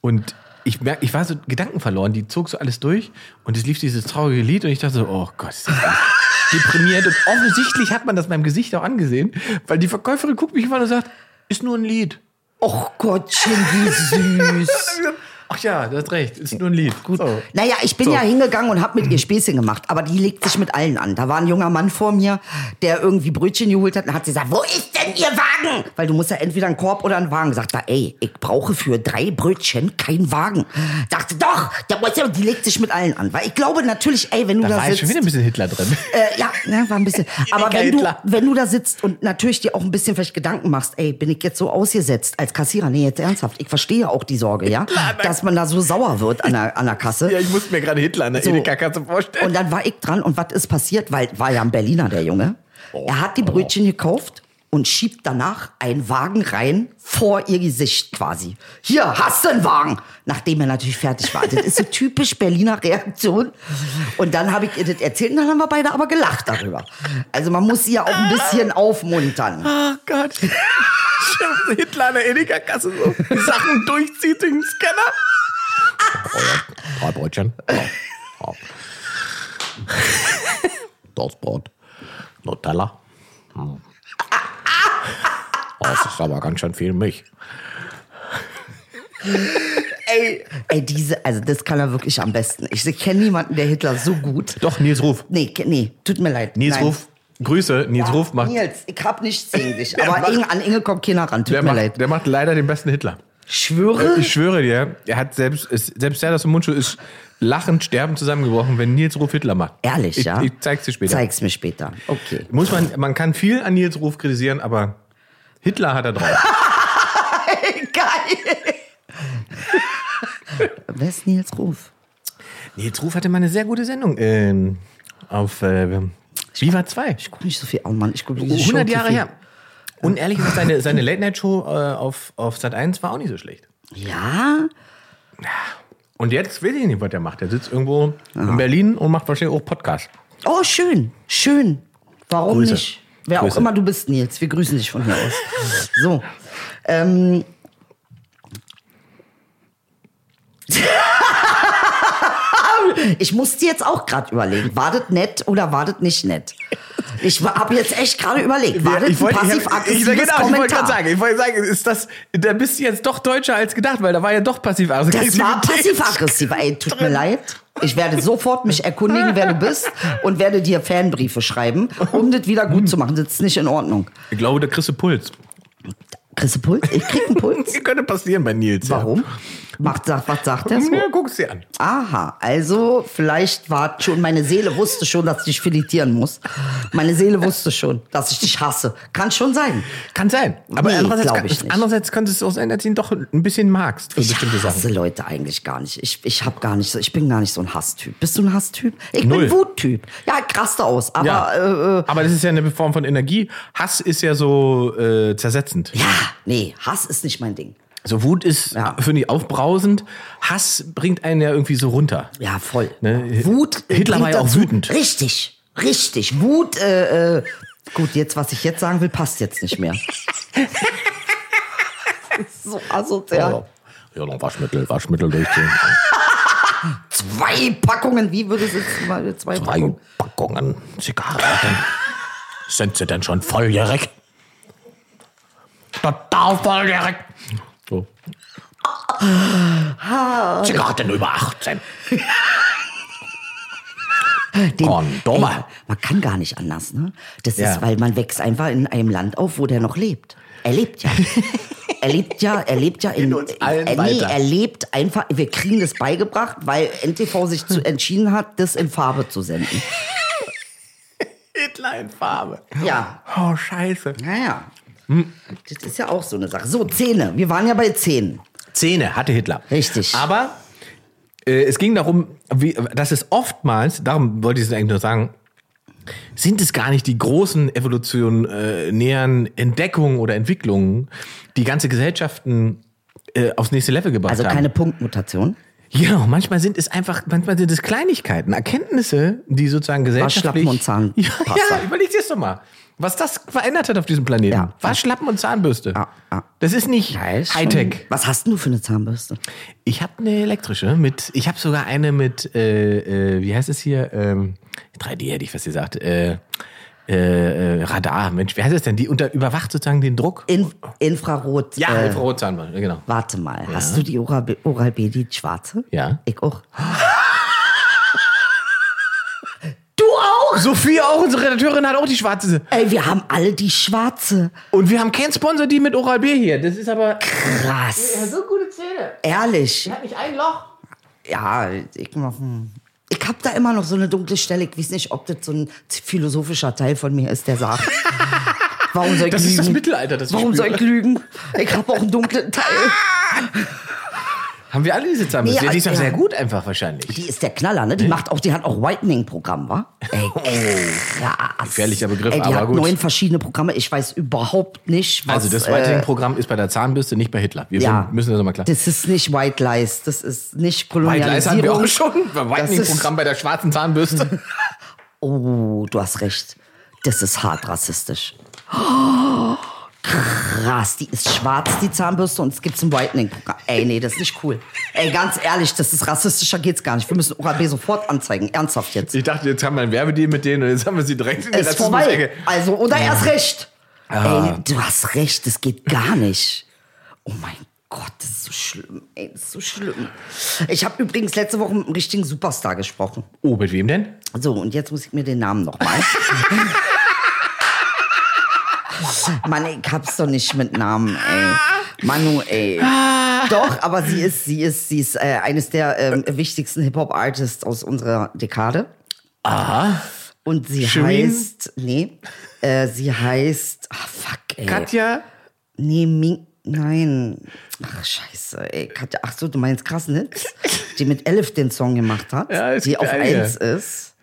S5: und ich merk, ich war so gedankenverloren, die zog so alles durch und es lief dieses traurige Lied und ich dachte so, oh Gott, ist das deprimiert. Und offensichtlich hat man das meinem Gesicht auch angesehen, weil die Verkäuferin guckt mich mal und sagt, ist nur ein Lied.
S4: Och Gottchen, wie süß.
S5: Ach ja, du hast recht, ist nur ein Lied. Gut. So.
S4: Naja, ich bin ja hingegangen und habe mit ihr Späßchen gemacht, aber die legt sich mit allen an. Da war ein junger Mann vor mir, der irgendwie Brötchen geholt hat und hat sie gesagt, wo ist denn ihr Wagen? Weil du musst ja entweder einen Korb oder einen Wagen. Sagt er, ey, ich brauche für drei Brötchen keinen Wagen. Sagte, doch, der muss ja, die legt sich mit allen an. Weil ich glaube natürlich, ey, wenn du
S5: Da
S4: da,
S5: war jetzt
S4: sitzt...
S5: schon wieder ein bisschen Hitler drin.
S4: Äh, ja, ne, war ein bisschen. Aber wenn du,
S5: Hitler.
S4: wenn du da sitzt und natürlich dir auch ein bisschen vielleicht Gedanken machst, ey, bin ich jetzt so ausgesetzt als Kassierer? Nee, jetzt ernsthaft. Ich verstehe auch die Sorge, ja, dass man da so sauer wird an der, an der Kasse.
S5: ich musste mir gerade Hitler an der
S4: So.
S5: Edeka-Katze vorstellen.
S4: Und
S5: Oh.
S4: dann war ich dran und was ist passiert? Weil war ja ein Berliner, der Junge. er hat die Brötchen gekauft und schiebt danach einen Wagen rein vor ihr Gesicht quasi. Hier, hast du einen Wagen? Nachdem er natürlich fertig war. Das ist so typisch Berliner Reaktion. Und dann habe ich ihr das erzählt und dann haben wir beide aber gelacht darüber. Also man muss sie ja auch ein bisschen aufmuntern.
S5: Oh Gott. Ich Hitler in der Edeka-Kasse so die Sachen durchzieht durch den Scanner.
S2: Drei Brötchen. Ja. Ja. Das Brot. Nutella. Hm. Das ist aber ganz schön viel Milch.
S4: Ey, ey, diese, also das kann er wirklich am besten. Ich kenne niemanden, der Hitler so gut.
S5: Doch, Nils Ruf.
S4: Nee, ke- nee, tut mir leid.
S5: Nils
S4: Nein.
S5: Ruf. Grüße, Nils Ruf macht.
S4: Nils, ich hab nichts gegen dich,
S5: Der
S4: aber
S5: macht-
S4: Inge, an Inge kommt keiner ran, tut
S5: Der
S4: mir
S5: macht,
S4: leid.
S5: der macht leider den besten Hitler.
S4: Schwöre?
S5: Ich schwöre dir, er hat selbst, ist, selbst der, das im Mundschuh ist, lachend, sterbend zusammengebrochen, wenn Nils Ruf Hitler macht.
S4: Ehrlich,
S5: ich,
S4: ja?
S5: Ich zeig's dir später.
S4: Zeig's mir später. Okay.
S5: Muss man, man kann viel an Nils Ruf kritisieren, aber Hitler hat er drauf.
S4: Geil. Wer ist Nils Ruf?
S5: Nils Ruf hatte mal eine sehr gute Sendung ähm, auf äh, Viva 2.
S4: Ich guck nicht so viel an, Mann. Ich guck diese Show
S5: 100 Jahre
S4: TV.
S5: her. Und ehrlich gesagt, seine, seine Late-Night-Show äh, auf, auf Sat 1 war auch nicht so schlecht.
S4: Ja?
S5: Und jetzt weiß ich nicht, was der macht. Der sitzt irgendwo in Berlin und macht wahrscheinlich auch Podcast.
S4: Oh, schön. Schön. Warum
S5: Grüße.
S4: nicht? Wer auch
S5: Grüße.
S4: immer du bist, Nils. Wir grüßen dich von hier aus. So. Ähm. Ich musste jetzt auch gerade überlegen, wartet nett oder wartet nicht nett. Ich habe jetzt echt gerade überlegt, wartet ein
S5: wollte- ich hab- ich,
S4: passiv-aggressives
S5: genau, ich wollte
S4: Kommentar.
S5: gerade sagen, ich wollte sagen, ist das, da bist du jetzt doch deutscher als gedacht, weil da war ja doch passiv also
S4: Das war passiv-aggressiv. Ey, tut mir leid. Ich werde sofort mich erkundigen, wer du bist und werde dir Fanbriefe schreiben, um das wieder gut zu machen. Das ist nicht in Ordnung.
S5: Ich glaube, da kriegst du Puls.
S4: Kriegst du Puls? Ich krieg einen Puls.
S5: Das könnte passieren bei Nils.
S4: Warum? Macht, sagt, was sagt
S5: Ja.
S4: er so?
S5: Ja, guck's dir an.
S4: Aha, also vielleicht war schon, meine Seele wusste schon, dass ich dich filetieren muss. Meine Seele wusste schon, dass ich dich hasse. Kann schon sein.
S5: Kann sein. Aber
S4: Nee,
S5: andererseits,
S4: glaub
S5: kann,
S4: ich nicht.
S5: andererseits könnte es auch sein, dass du ihn doch ein bisschen magst für
S4: Ich
S5: bestimmte
S4: hasse
S5: Sachen.
S4: Leute eigentlich gar nicht. Ich, ich hab gar nicht so, ich bin gar nicht so ein Hasstyp. Bist du ein Hasstyp? Ich
S5: Null.
S4: bin Wuttyp. Ja, krass da aus, aber äh, äh,
S5: ja. aber das ist ja eine Form von Energie. Hass ist ja so äh, zersetzend.
S4: Ja, nee, Hass ist nicht mein Ding.
S5: So Wut ist,
S4: Ja.
S5: finde ich, aufbrausend. Hass bringt einen ja irgendwie so runter.
S4: Ja, voll.
S5: Ne,
S4: Wut.
S5: Hitler
S4: bringt
S5: war ja auch wütend.
S4: Richtig, richtig. Wut, äh, äh, gut, jetzt, was ich jetzt sagen will, passt jetzt nicht mehr. Das ist so asozial.
S2: Ja. Ja, noch Waschmittel, Waschmittel durchziehen.
S4: Zwei Packungen, wie würde es jetzt mal äh, zwei,
S2: Drei
S4: Packungen?
S2: Packungen Zigaretten. Sind sie denn schon volljährig? Total volljährig. So. Zigaretten über 18.
S4: Den-
S2: Kondome.
S4: Ey, Man kann gar nicht anders, ne? Das
S5: Ja.
S4: ist, weil man wächst einfach in einem Land auf, wo der noch lebt. Er lebt ja. Er lebt ja, er lebt ja in,
S5: In uns allen
S4: äh, nee,
S5: weiter.
S4: er lebt einfach, wir kriegen das beigebracht, weil NTV sich zu, entschieden hat, das in Farbe zu senden.
S5: Hitler in Farbe.
S4: Ja,
S5: Oh, scheiße.
S4: naja. Das ist ja auch so eine Sache. So, Zähne. Wir waren ja bei Zähnen.
S5: Zähne hatte Hitler.
S4: Richtig.
S5: Aber äh, es ging darum, wie, dass es oftmals, darum wollte ich es eigentlich nur sagen, sind es gar nicht die großen evolutionären Entdeckungen oder Entwicklungen, die ganze Gesellschaften äh, aufs nächste Level gebracht
S4: Also
S5: haben.
S4: keine Punktmutation.
S5: Genau, manchmal sind es einfach, manchmal sind es Kleinigkeiten, Erkenntnisse, die sozusagen gesellschaftlich...
S4: Waschlappen und Zahnpasta.
S5: Ja, ja überleg dir das doch mal. Was das verändert hat auf diesem Planeten.
S4: Ja.
S5: Waschlappen und Zahnbürste.
S4: Ah, ah.
S5: Das ist nicht
S4: Heißt schon-
S5: Hightech.
S4: Was hast denn du für eine Zahnbürste?
S5: Ich habe eine elektrische mit, ich habe sogar eine mit, äh, äh, wie heißt es hier? Ähm, 3D hätte ich was gesagt. Äh, äh, äh, Radar, Mensch, wie heißt es denn? Die unter, überwacht sozusagen den Druck.
S4: In, Infrarot.
S5: ja,
S4: äh,
S5: Infrarotzahnbahn, genau.
S4: Warte mal, hast du die Oral, Oral B, die schwarze?
S5: Ja.
S4: Ich auch. Du auch?
S5: Sophie, auch unsere Redakteurin, hat auch die schwarze.
S4: Ey, wir haben alle die schwarze.
S5: Und wir haben keinen Sponsor, die mit Oral B hier. Das ist aber.
S4: Krass. so gute Zähne. Ehrlich. Ich hab nicht ein Loch. Ja, ich, hm. ich hab da immer noch so eine dunkle Stelle. Ich weiß nicht, ob das so ein philosophischer Teil von mir ist, der sagt. Warum soll ich
S5: Das
S4: lügen?
S5: ist das Mittelalter, das Mhm. ich
S4: Warum soll
S5: spüre.
S4: ich lügen? Ich habe auch einen dunklen Teil.
S5: Haben wir alle diese Zahnbürste?
S4: Nee,
S5: Ja, die ist doch
S4: ja.
S5: sehr gut einfach wahrscheinlich.
S4: Die ist der Knaller, ne? Die
S5: Hm.
S4: macht auch, die hat auch Whitening-Programm, wa? Ey, krass.
S5: Oh. Gefährlicher Begriff,
S4: Ey, die
S5: aber
S4: hat
S5: gut.
S4: neun verschiedene Programme. Ich weiß überhaupt nicht, was.
S5: Also das
S4: äh,
S5: Whitening-Programm ist bei der Zahnbürste, nicht bei Hitler. Wir
S4: ja,
S5: sind, müssen das nochmal klar.
S4: Das ist nicht White Lies, das ist nicht
S5: White Lies
S4: Kolonialisierung.
S5: hatten wir auch schon. Bei
S4: Das ist,
S5: Whitening-Programm bei der schwarzen Zahnbürste.
S4: oh, du hast recht. Das ist hart rassistisch. Oh, krass, die ist schwarz, die Zahnbürste, und es gibt ein Whitening-Programm. Ey, nee, das ist nicht cool. Ey, ganz ehrlich, das ist rassistischer geht's gar nicht. Wir müssen ORB sofort anzeigen. Ernsthaft jetzt.
S5: Ich dachte, jetzt haben wir einen Werbedeal mit denen und jetzt haben wir sie direkt in die
S4: ist vorbei.
S5: Rassismus-Ecke.
S4: Also, oder erst recht.
S5: Ah.
S4: Ey, du hast recht, das geht gar nicht. Oh mein Gott, das ist so schlimm. Ey, das ist so schlimm. Ich habe übrigens letzte Woche mit einem richtigen Superstar gesprochen.
S5: Oh, mit wem denn?
S4: So, und jetzt muss ich mir den Namen nochmal. Mann, ich hab's doch nicht mit Namen, ey. Manu, ey. Doch, aber sie ist, sie ist, sie ist äh, eines der ähm, wichtigsten Hip-Hop-Artists aus unserer Dekade.
S5: Aha.
S4: Und sie
S5: Shirin?
S4: heißt, nee, äh, sie heißt, ah fuck, ey.
S5: Katja.
S4: Nee, Ming, nein. Ach, scheiße, ey. Katja, ach so, du meinst krass, ne? Die mit Elf den Song gemacht hat,
S5: Ja, es
S4: die
S5: gibt
S4: auf
S5: einige.
S4: eins ist.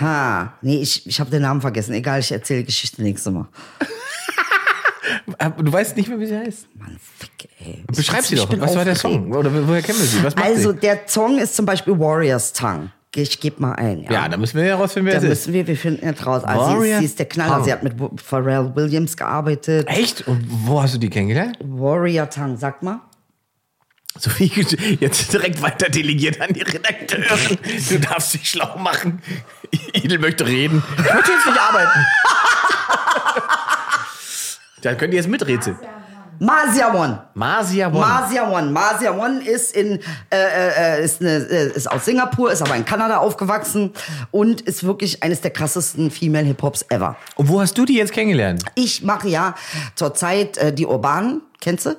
S4: Ha, nee, ich, ich habe den Namen vergessen. Egal, ich erzähle die Geschichte nächstes Mal.
S5: Aber Äh, Du weißt nicht mehr, wie sie heißt.
S4: Mann, fick, ey.
S5: Beschreib sie
S4: Ich
S5: doch.
S4: bin
S5: Was war der
S4: aufgeregt.
S5: Song? Oder woher kennen wir sie? Was macht
S4: Also,
S5: sie?
S4: der Song ist zum Beispiel Warrior's Tongue. Ich gebe mal ein, ja.
S5: Ja, da müssen wir ja rausfinden, wer
S4: Da
S5: es ist.
S4: müssen wir, wir finden jetzt raus. Also sie, ist,
S5: Warrior
S4: sie ist der Knaller.
S5: Tongue.
S4: Sie hat mit Wo- Pharrell Williams gearbeitet.
S5: Echt? Und wo hast du die kennengelernt?
S4: Warrior Tongue, sag mal.
S5: Sophie, jetzt direkt weiter delegiert an die Redakteurin. Du darfst dich schlau machen. Idel möchte reden. Ich möchte jetzt nicht arbeiten. Dann könnt ihr jetzt miträtseln.
S4: Masia One.
S5: Marcia One.
S4: Masia One. Masia One ist in äh, äh, ist, eine, äh, ist aus Singapur, ist aber in Kanada aufgewachsen und ist wirklich eines der krassesten Female Hip Hops ever.
S5: Und wo hast du die jetzt kennengelernt?
S4: Ich mache ja zurzeit äh, die Urbanen, kennst du?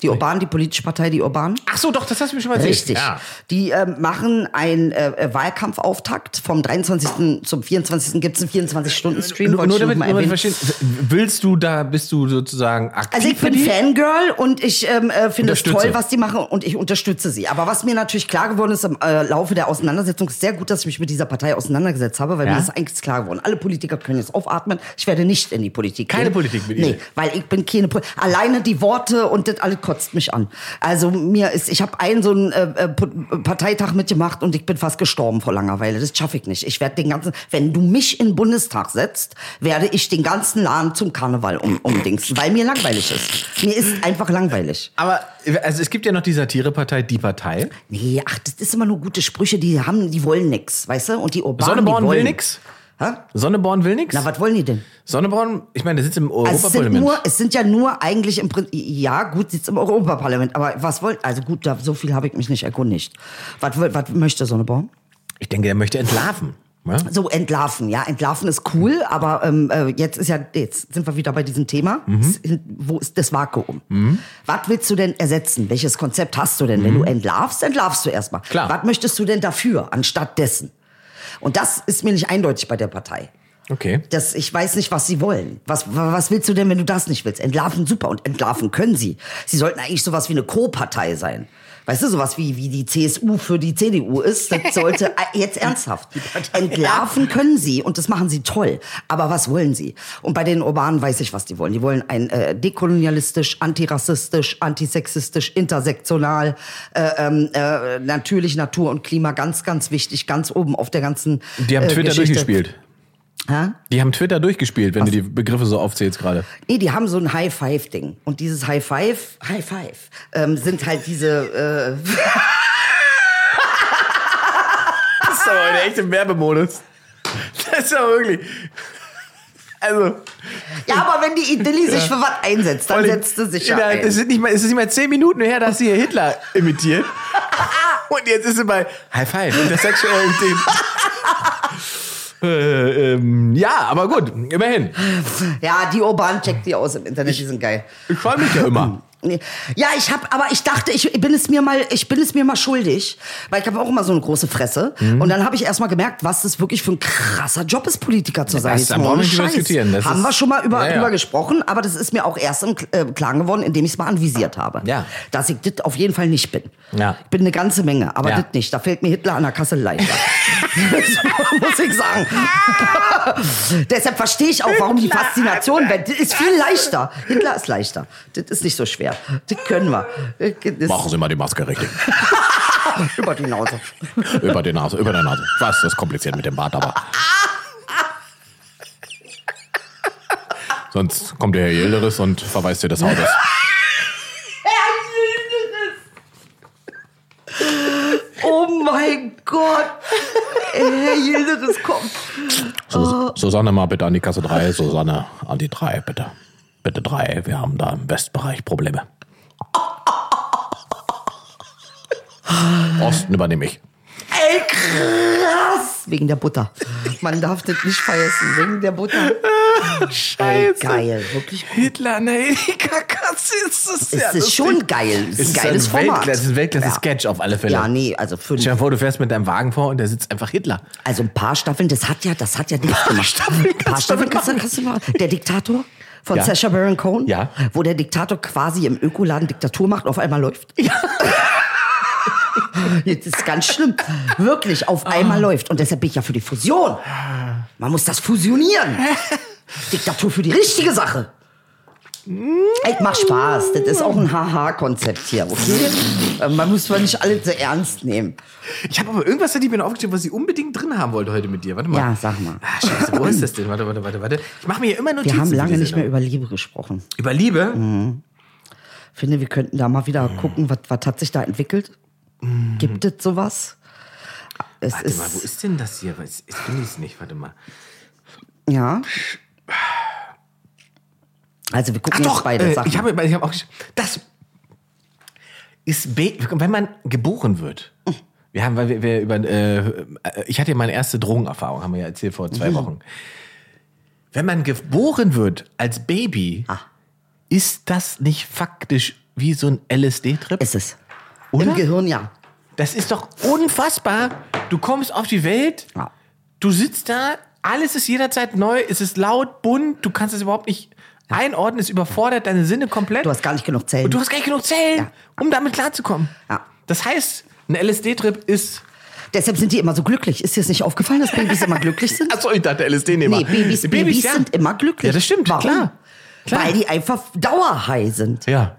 S4: Die Urbanen, die politische Partei, die Urbanen.
S5: Ach so, doch, das hast du mir schon mal erzählt.
S4: Richtig.
S5: Ja.
S4: Die ähm, machen einen äh, äh, Wahlkampfauftakt. Vom 23. zum 24. gibt es einen 24-Stunden-Stream.
S5: Äh, Nur,
S4: Wollte
S5: nur
S4: ich noch
S5: damit
S4: mal
S5: nur damit
S4: erwähnen.
S5: verstehen, willst du da, bist du sozusagen aktiv?
S4: Also ich
S5: für
S4: bin
S5: die?
S4: Fangirl und ich ähm, äh, finde es
S5: Unterstütze.
S4: toll, was die machen und ich unterstütze sie. Aber was mir natürlich klar geworden ist im äh, Laufe der Auseinandersetzung, ist sehr gut, dass ich mich mit dieser Partei auseinandergesetzt habe, weil
S5: Ja?
S4: mir ist eigentlich klar geworden. Alle Politiker können jetzt aufatmen. Ich werde nicht in die Politik
S5: Keine
S4: gehen.
S5: Politik mit
S4: Nee,
S5: Ihnen.
S4: weil ich bin keine Pol Alleine die Worte und das alles kotzt mich an. Also mir ist, ich habe einen so einen äh, äh, Po- Parteitag mitgemacht und ich bin fast gestorben vor Langeweile. Das schaffe ich nicht. Ich werde den ganzen, wenn du mich in den Bundestag setzt, werde ich den ganzen Laden zum Karneval um, umdingsen, weil mir langweilig ist. Mir ist einfach langweilig.
S5: Aber also es gibt ja noch die Satirepartei, die Partei.
S4: Nee, ach, das ist immer nur gute Sprüche, die haben, die wollen nix, weißt du? Und die Urbanen,
S5: Sonneborn
S4: die wollen
S5: will nix.
S4: Hä?
S5: Sonneborn will nix.
S4: Na, was wollen die denn?
S5: Sonneborn, ich meine, der sitzt im
S4: Also es, sind
S5: Europaparlament.
S4: nur, es sind ja nur eigentlich im Prinzip, ja gut, sitzt im Europaparlament, aber was wollt, also gut, da, so viel habe ich mich nicht erkundigt. Was, will- was möchte Sonneborn?
S5: ich denke, der möchte entlarven. ne? Ja?
S4: So entlarven, ja, entlarven ist cool, aber ähm, äh, jetzt ist ja, jetzt sind wir wieder bei diesem Thema,
S5: Mhm.
S4: S- wo ist das Vakuum? Was willst du denn ersetzen? Welches Konzept hast du denn? Wenn du entlarvst, entlarvst du erstmal.
S5: Mhm. Klar.
S4: Was möchtest du denn dafür, anstatt dessen? Und das ist mir nicht eindeutig bei der Partei.
S5: Okay.
S4: Das, ich weiß nicht, was sie wollen. Was, was willst du denn, wenn du das nicht willst? Entlarven, super. Und entlarven können sie. Sie sollten eigentlich sowas wie eine Co-Partei sein. Weißt du, sowas wie, wie die CSU für die CDU ist, das sollte, äh, jetzt ernsthaft. Entlarven können sie und das machen sie toll. Aber was wollen sie? Und bei den Urbanen weiß ich, was die wollen. Die wollen ein äh, dekolonialistisch, antirassistisch, antisexistisch, intersektional, äh, ähm, äh, natürlich Natur und Klima ganz, ganz wichtig, ganz oben auf der ganzen
S5: Die haben
S4: äh,
S5: Twitter
S4: Geschichte.
S5: durchgespielt.
S4: Hä?
S5: Die haben Twitter durchgespielt, wenn du die Begriffe so aufzählst gerade.
S4: Nee, die haben so ein High-Five-Ding. Und dieses High-Five, High-Five, ähm, sind halt diese, äh,
S5: Das ist aber heute echt im Werbemodus. Das ist ja wirklich. Also,
S4: ja, aber wenn die Idilli sich für was einsetzt, dann setzt sie sich ja
S5: innerhalb-
S4: ein.
S5: es, sind nicht mal, es ist nicht mal zehn Minuten her, dass sie hier Hitler imitiert. Und jetzt ist sie bei High Five und der sexuellen Themen. Äh, ähm, ja, aber gut, immerhin.
S4: Ja, die Urban checkt die aus im Internet, die sind geil.
S5: Ich freue mich ja immer.
S4: Nee. Ja, ich habe, aber ich dachte, ich bin es mir mal, ich bin es mir mal schuldig, weil ich habe auch immer so eine große Fresse.
S5: Mhm.
S4: Und dann habe ich erst mal gemerkt, was das wirklich für ein krasser Job ist, Politiker zu sein.
S5: das
S4: Jetzt
S5: brauchen
S4: mal
S5: wir
S4: ohne
S5: nicht drüber
S4: Scheiß.
S5: diskutieren. Das
S4: Haben
S5: ist-
S4: wir schon mal über,
S5: Ja, ja.
S4: drüber gesprochen, aber das ist mir auch erst im Kl- äh, Klaren geworden, indem ich es mal anvisiert habe.
S5: Ja.
S4: Dass ich das auf jeden Fall nicht bin.
S5: Ja.
S4: Ich bin eine ganze Menge, aber
S5: Ja.
S4: das nicht. Da fällt mir Hitler an der Kasse leichter. so muss ich sagen. Deshalb verstehe ich auch, warum die Faszination, weil das ist viel leichter. Hitler ist leichter. Das ist nicht so schwer. Das können wir. Das
S2: Machen Sie mal die Maske richtig.
S4: über die Nase.
S2: Über die Nase, über der Nase. Was? Das ist kompliziert mit dem Bart, aber. Sonst kommt der Herr Yildiris und verweist dir des Hauses.
S4: Oh mein Gott. Herr Yildiz kommt.
S5: Oh.
S2: Sus Susanne mal bitte an die Kasse 3. Susanne an die 3, bitte. Bitte 3. Wir haben da im Westbereich Probleme. Osten übernehme ich.
S4: Ey, krass. Wegen der Butter. Man darf das nicht vergessen. Wegen der Butter. Scheiße. Ey, geil. Wirklich.
S5: Hitler an der Edeka-Kasse ist das
S4: Es ist schon geil. Es ist ein geiles Format.
S5: Weltklasse, es ist ein Weltklasse-Sketch auf alle Fälle.
S4: Ja, nee, also fünf.
S5: Stell dir mal vor, du fährst mit deinem Wagen vor und da sitzt einfach Hitler.
S4: Also ein paar Staffeln, das hat ja, das hat ja nichts gemacht.
S5: Staffeln
S4: ein paar
S5: kannst
S4: Staffeln
S5: du damit
S4: kannst du, kannst du machen. Der Diktator von
S5: Ja.
S4: Sacha Baron Cohen,
S5: Ja.
S4: wo der Diktator quasi im Ökoladen Diktatur macht, auf einmal läuft. Jetzt ist ganz schlimm. Wirklich, auf
S5: Ah.
S4: einmal läuft. Und deshalb bin ich ja für die Fusion. Man muss das fusionieren. Diktatur für die richtige Sache. Ey, mach Spaß. Das ist auch ein Haha-Konzept hier, okay?
S5: Mhm.
S4: Äh, Man muss man nicht alle so ernst nehmen.
S5: Ich habe aber irgendwas, hat die mir noch aufgeschrieben, was ich unbedingt drin haben wollte heute mit dir. Warte mal.
S4: Ja, sag mal.
S5: Ah, scheiße, wo ist das denn? Warte, warte, warte, warte. Ich mache mir hier immer Notizen.
S4: Wir haben
S5: für
S4: lange
S5: die
S4: nicht mehr
S5: Sendung.
S4: über Hm, Liebe gesprochen.
S5: über Liebe.
S4: finde, wir könnten da mal
S5: Hm.
S4: wieder gucken, was, was hat sich da entwickelt? Gibt es sowas? Es
S5: Warte
S4: ist,
S5: mal, wo ist denn das hier? Was- Ich finde es nicht. Warte mal.
S4: ja. Also wir gucken jetzt beide
S5: äh,
S4: Sachen.
S5: ich habe, ich habe auch, gesch- das ist, be- wenn man geboren wird. Wir haben, weil wir, wir über, äh, äh, ich hatte ja meine erste Drogenerfahrung, haben wir ja erzählt vor
S4: Mhm.
S5: zwei Wochen. Wenn man geboren wird als Baby,
S4: Ah.
S5: ist das nicht faktisch wie so ein LSD-Trip?
S4: ist es.
S5: Oder?
S4: Im Gehirn, ja.
S5: Das ist doch unfassbar. Du kommst auf die Welt,
S4: Ja.
S5: du sitzt da, alles ist jederzeit neu, es ist laut, bunt, du kannst es überhaupt nicht einordnen, es überfordert deine Sinne komplett.
S4: Du hast gar nicht genug Zellen.
S5: Und du hast gar nicht genug Zellen,
S4: Ja.
S5: um damit klarzukommen.
S4: Ja.
S5: Das heißt, ein LSD-Trip ist.
S4: Deshalb sind die immer so glücklich. Ist dir das nicht aufgefallen, dass Babys immer glücklich sind?
S5: Achso, ich dachte LSD-Nehmer.
S4: Nee, Babys, Babys,
S5: ja.
S4: sind immer glücklich.
S5: Ja, das stimmt,
S4: Warum?
S5: klar. Klar.
S4: Weil die einfach dauerhigh sind.
S5: Ja.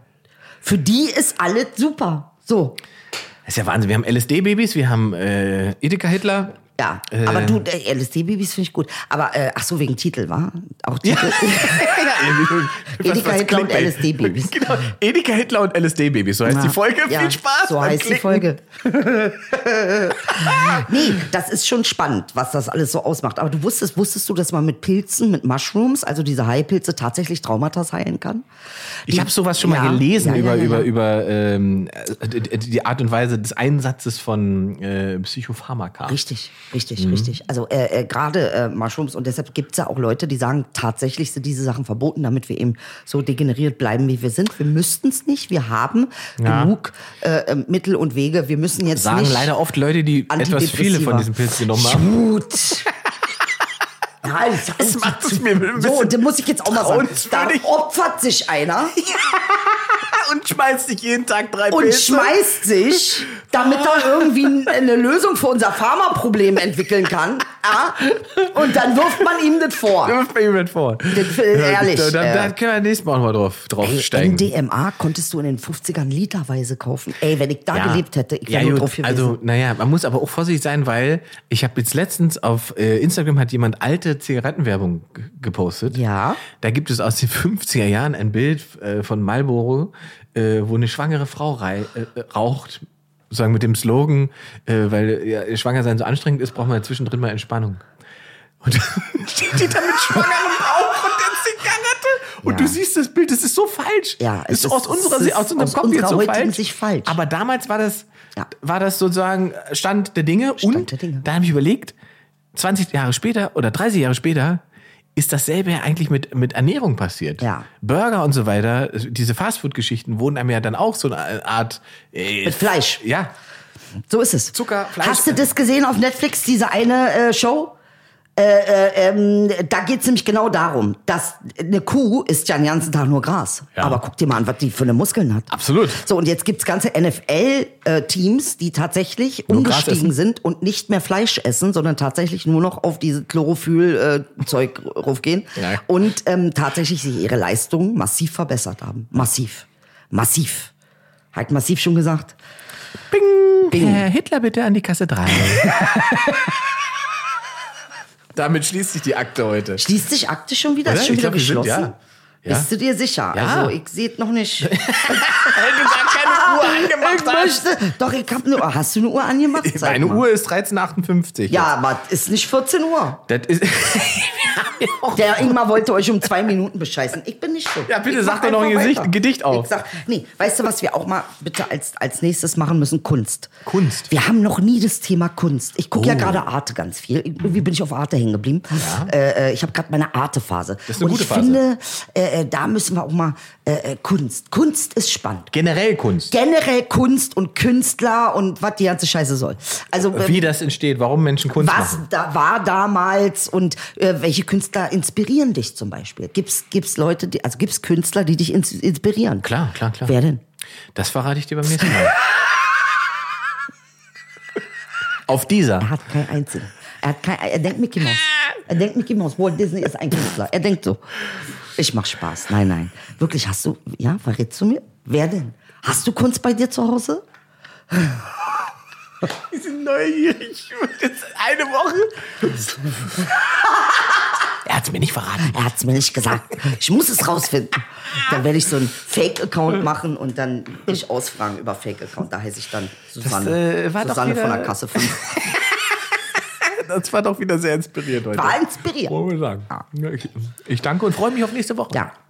S4: Für die ist alles super. So.
S5: Das ist ja Wahnsinn. Wir haben LSD-Babys, wir haben äh, Edeka-Hitler.
S4: Ja, aber du,
S5: Ähm.
S4: äh, LSD-Babys finde ich gut. Aber, äh, ach so, wegen Titel, war? Auch Titel. Ah, Edeka Hitler und LSD-Babys.
S5: Genau. Edeka Hitler und LSD-Babys. So heißt
S4: Ja.
S5: die Folge.
S4: Ja,
S5: Viel Spaß.
S4: So
S5: beim
S4: heißt die
S5: Klicken.
S4: Folge. nee, das ist schon spannend, was das alles so ausmacht. Aber du wusstest, wusstest du, dass man mit Pilzen, mit Mushrooms, also diese Haipilze, tatsächlich Traumata heilen kann?
S5: Ich habe sowas schon mal
S4: Ja.
S5: gelesen
S4: Ja, ja,
S5: über,
S4: ja, ja.
S5: über, über ähm, äh, die die Art und Weise des Einsatzes von äh, Psychopharmaka.
S4: Richtig, richtig,
S5: Mhm.
S4: richtig. Also äh, äh, gerade äh, Mushrooms und deshalb gibt es ja auch Leute, die sagen, tatsächlich sind diese Sachen verboten, damit wir eben so degeneriert bleiben, wie wir sind. Wir müssten es nicht. Wir haben
S5: Ja.
S4: genug äh, äh, Mittel und Wege. Wir müssen jetzt
S5: Sagen
S4: nicht
S5: leider oft Leute, die etwas viele von diesen Pilzen genommen haben.
S4: Gut. Nein, das
S5: macht es mir ein bisschen
S4: So, und da muss ich jetzt auch mal sagen, da
S5: trauenswürdig.
S4: opfert sich einer
S5: Und schmeißt dich jeden Tag drei
S4: und schmeißt sich, damit er irgendwie eine Lösung für unser Pharmaproblem entwickeln kann. Ja? Und dann wirft man ihm das vor.
S5: Wirft mir jemand vor.
S4: Das, äh, ehrlich,
S5: Da, da, da
S4: äh,
S5: können wir nächstes Mal nochmal drauf, drauf
S4: Ey,
S5: steigen.
S4: MDMA konntest du in den 50ern literweise kaufen. Ey, wenn ich da gelebt hätte, ich wäre nur
S5: gut,
S4: drauf gewesen.
S5: Also, naja, man muss aber auch vorsichtig sein, weil ich habe jetzt letztens auf äh, Instagram hat jemand alte Zigarettenwerbung g- gepostet.
S4: Ja.
S5: Da gibt es aus den 50er Jahren ein Bild äh, von Marlboro, äh, wo eine schwangere Frau rei äh, raucht. Sozusagen mit dem Slogan, äh, weil ja, schwanger sein so anstrengend ist, braucht man zwischendrin mal Entspannung. Und dann steht die da mit schwangerem Bauch und der Zigarette. Und
S4: Ja.
S5: du siehst das Bild, das ist so falsch.
S4: Ja, es
S5: ist, aus
S4: ist-
S5: unserer,
S4: es
S5: Sicht-
S4: ist
S5: aus unserem
S4: aus
S5: Kopf jetzt
S4: unserer
S5: so
S4: heutigen
S5: falsch.
S4: Sicht falsch.
S5: Aber damals war das,
S4: Ja.
S5: war das sozusagen Stand der Dinge.
S4: Stand
S5: und
S4: der Dinge.
S5: da habe ich überlegt, 20 Jahre später oder 30 Jahre später ist dasselbe ja eigentlich mit, mit Ernährung passiert.
S4: Ja.
S5: Burger und so weiter, diese Fastfood-Geschichten wurden einem ja dann auch so eine Art. äh,
S4: Mit Fleisch.
S5: Ja.
S4: So ist es.
S5: Zucker, Fleisch.
S4: Hast du das gesehen auf Netflix, diese eine äh, Show? Äh, äh, ähm, da geht es nämlich genau darum, dass eine Kuh isst ja den ganzen Tag nur Gras.
S5: Ja.
S4: Aber guck dir mal an, was die für eine Muskeln hat.
S5: Absolut.
S4: So, und jetzt gibt's ganze NFL-Teams, äh, die tatsächlich
S5: Nur Gras
S4: umgestiegen
S5: essen.
S4: sind und nicht mehr Fleisch essen, sondern tatsächlich nur noch auf diese Chlorophyl-Zeug raufgehen
S5: Ja.
S4: und ähm, tatsächlich sich ihre Leistung massiv verbessert haben. Massiv. Massiv. Halt massiv schon gesagt.
S5: Herr Hitler bitte an die Kasse 3. Damit schließt sich die Akte heute.
S4: Schließt sich Akte schon wieder?
S5: Oder?
S4: Ist schon
S5: Ich
S4: wieder
S5: glaub, wir sind-
S4: geschlossen?
S5: ja. Ja.
S4: Bist du dir sicher?
S5: Ja.
S4: Also, ich sehe noch nicht.
S5: Weil du gar keine Uhr angemacht
S4: Ich möchte. Doch, ich habe eine Uhr. Hast du eine Uhr angemacht? Zeig
S5: Meine
S4: mal.
S5: Uhr ist 13.58.
S4: Ja, aber ist nicht 14 Uhr.
S5: Das ist.
S4: Der Ingmar wollte euch um zwei Minuten bescheißen. Ich bin nicht so.
S5: Ja, bitte
S4: ich
S5: sag
S4: mach
S5: doch noch ein
S4: einfach
S5: Gesicht-
S4: weiter.
S5: Gedicht auf.
S4: Ich sag, nee, weißt du, was wir auch mal bitte als, als nächstes machen müssen? Kunst.
S5: Kunst. Oh.
S4: Wir haben noch nie das Thema Kunst. Ich gucke ja gerade Arte ganz viel. Irgendwie bin ich auf Arte hängen geblieben. Äh, äh, ich habe gerade meine Arte-Phase.
S5: Das ist eine
S4: Und
S5: gute
S4: ich
S5: Phase.
S4: finde, äh, äh, da müssen wir auch mal äh, äh, Kunst. Kunst ist spannend.
S5: Generell Kunst.
S4: Generell Kunst und Künstler und was die ganze Scheiße soll. Also äh,
S5: Wie das entsteht, warum Menschen Kunst
S4: was
S5: machen.
S4: da war damals und äh, welche Künstler inspirieren dich zum Beispiel? Gibt's gibt's Leute, die, also gibt's Künstler, die dich ins, inspirieren?
S5: Klar, klar, klar.
S4: Wer denn?
S5: Das verrate ich dir beim nächsten Mal. Auf
S4: Er
S5: dieser.
S4: hat kein einzigen. Er hat kein, er denkt Mickey Mouse. Er denkt Mickey Mouse. Walt Disney ist ein Künstler. Er denkt so. Ich mach Spaß. Nein, nein. Wirklich, hast du, ja, verrätst du mir? Wer denn? Hast du Kunst bei dir zu Hause?
S5: Die sind neugierig. Jetzt eine Woche. er hat es mir nicht verraten.
S4: Er hat's mir nicht gesagt. Ich muss es rausfinden. Dann werde ich so einen Fake-Account machen und dann dich ausfragen über Fake-Account. Da heiße ich dann Susanne.
S5: äh, war doch
S4: Susanne
S5: wieder-
S4: von der Kasse 5.
S5: Das war doch wieder sehr inspirierend heute.
S4: War inspiriert.
S5: Wollen wir sagen. Ich danke und freue mich auf nächste Woche.
S4: Ja.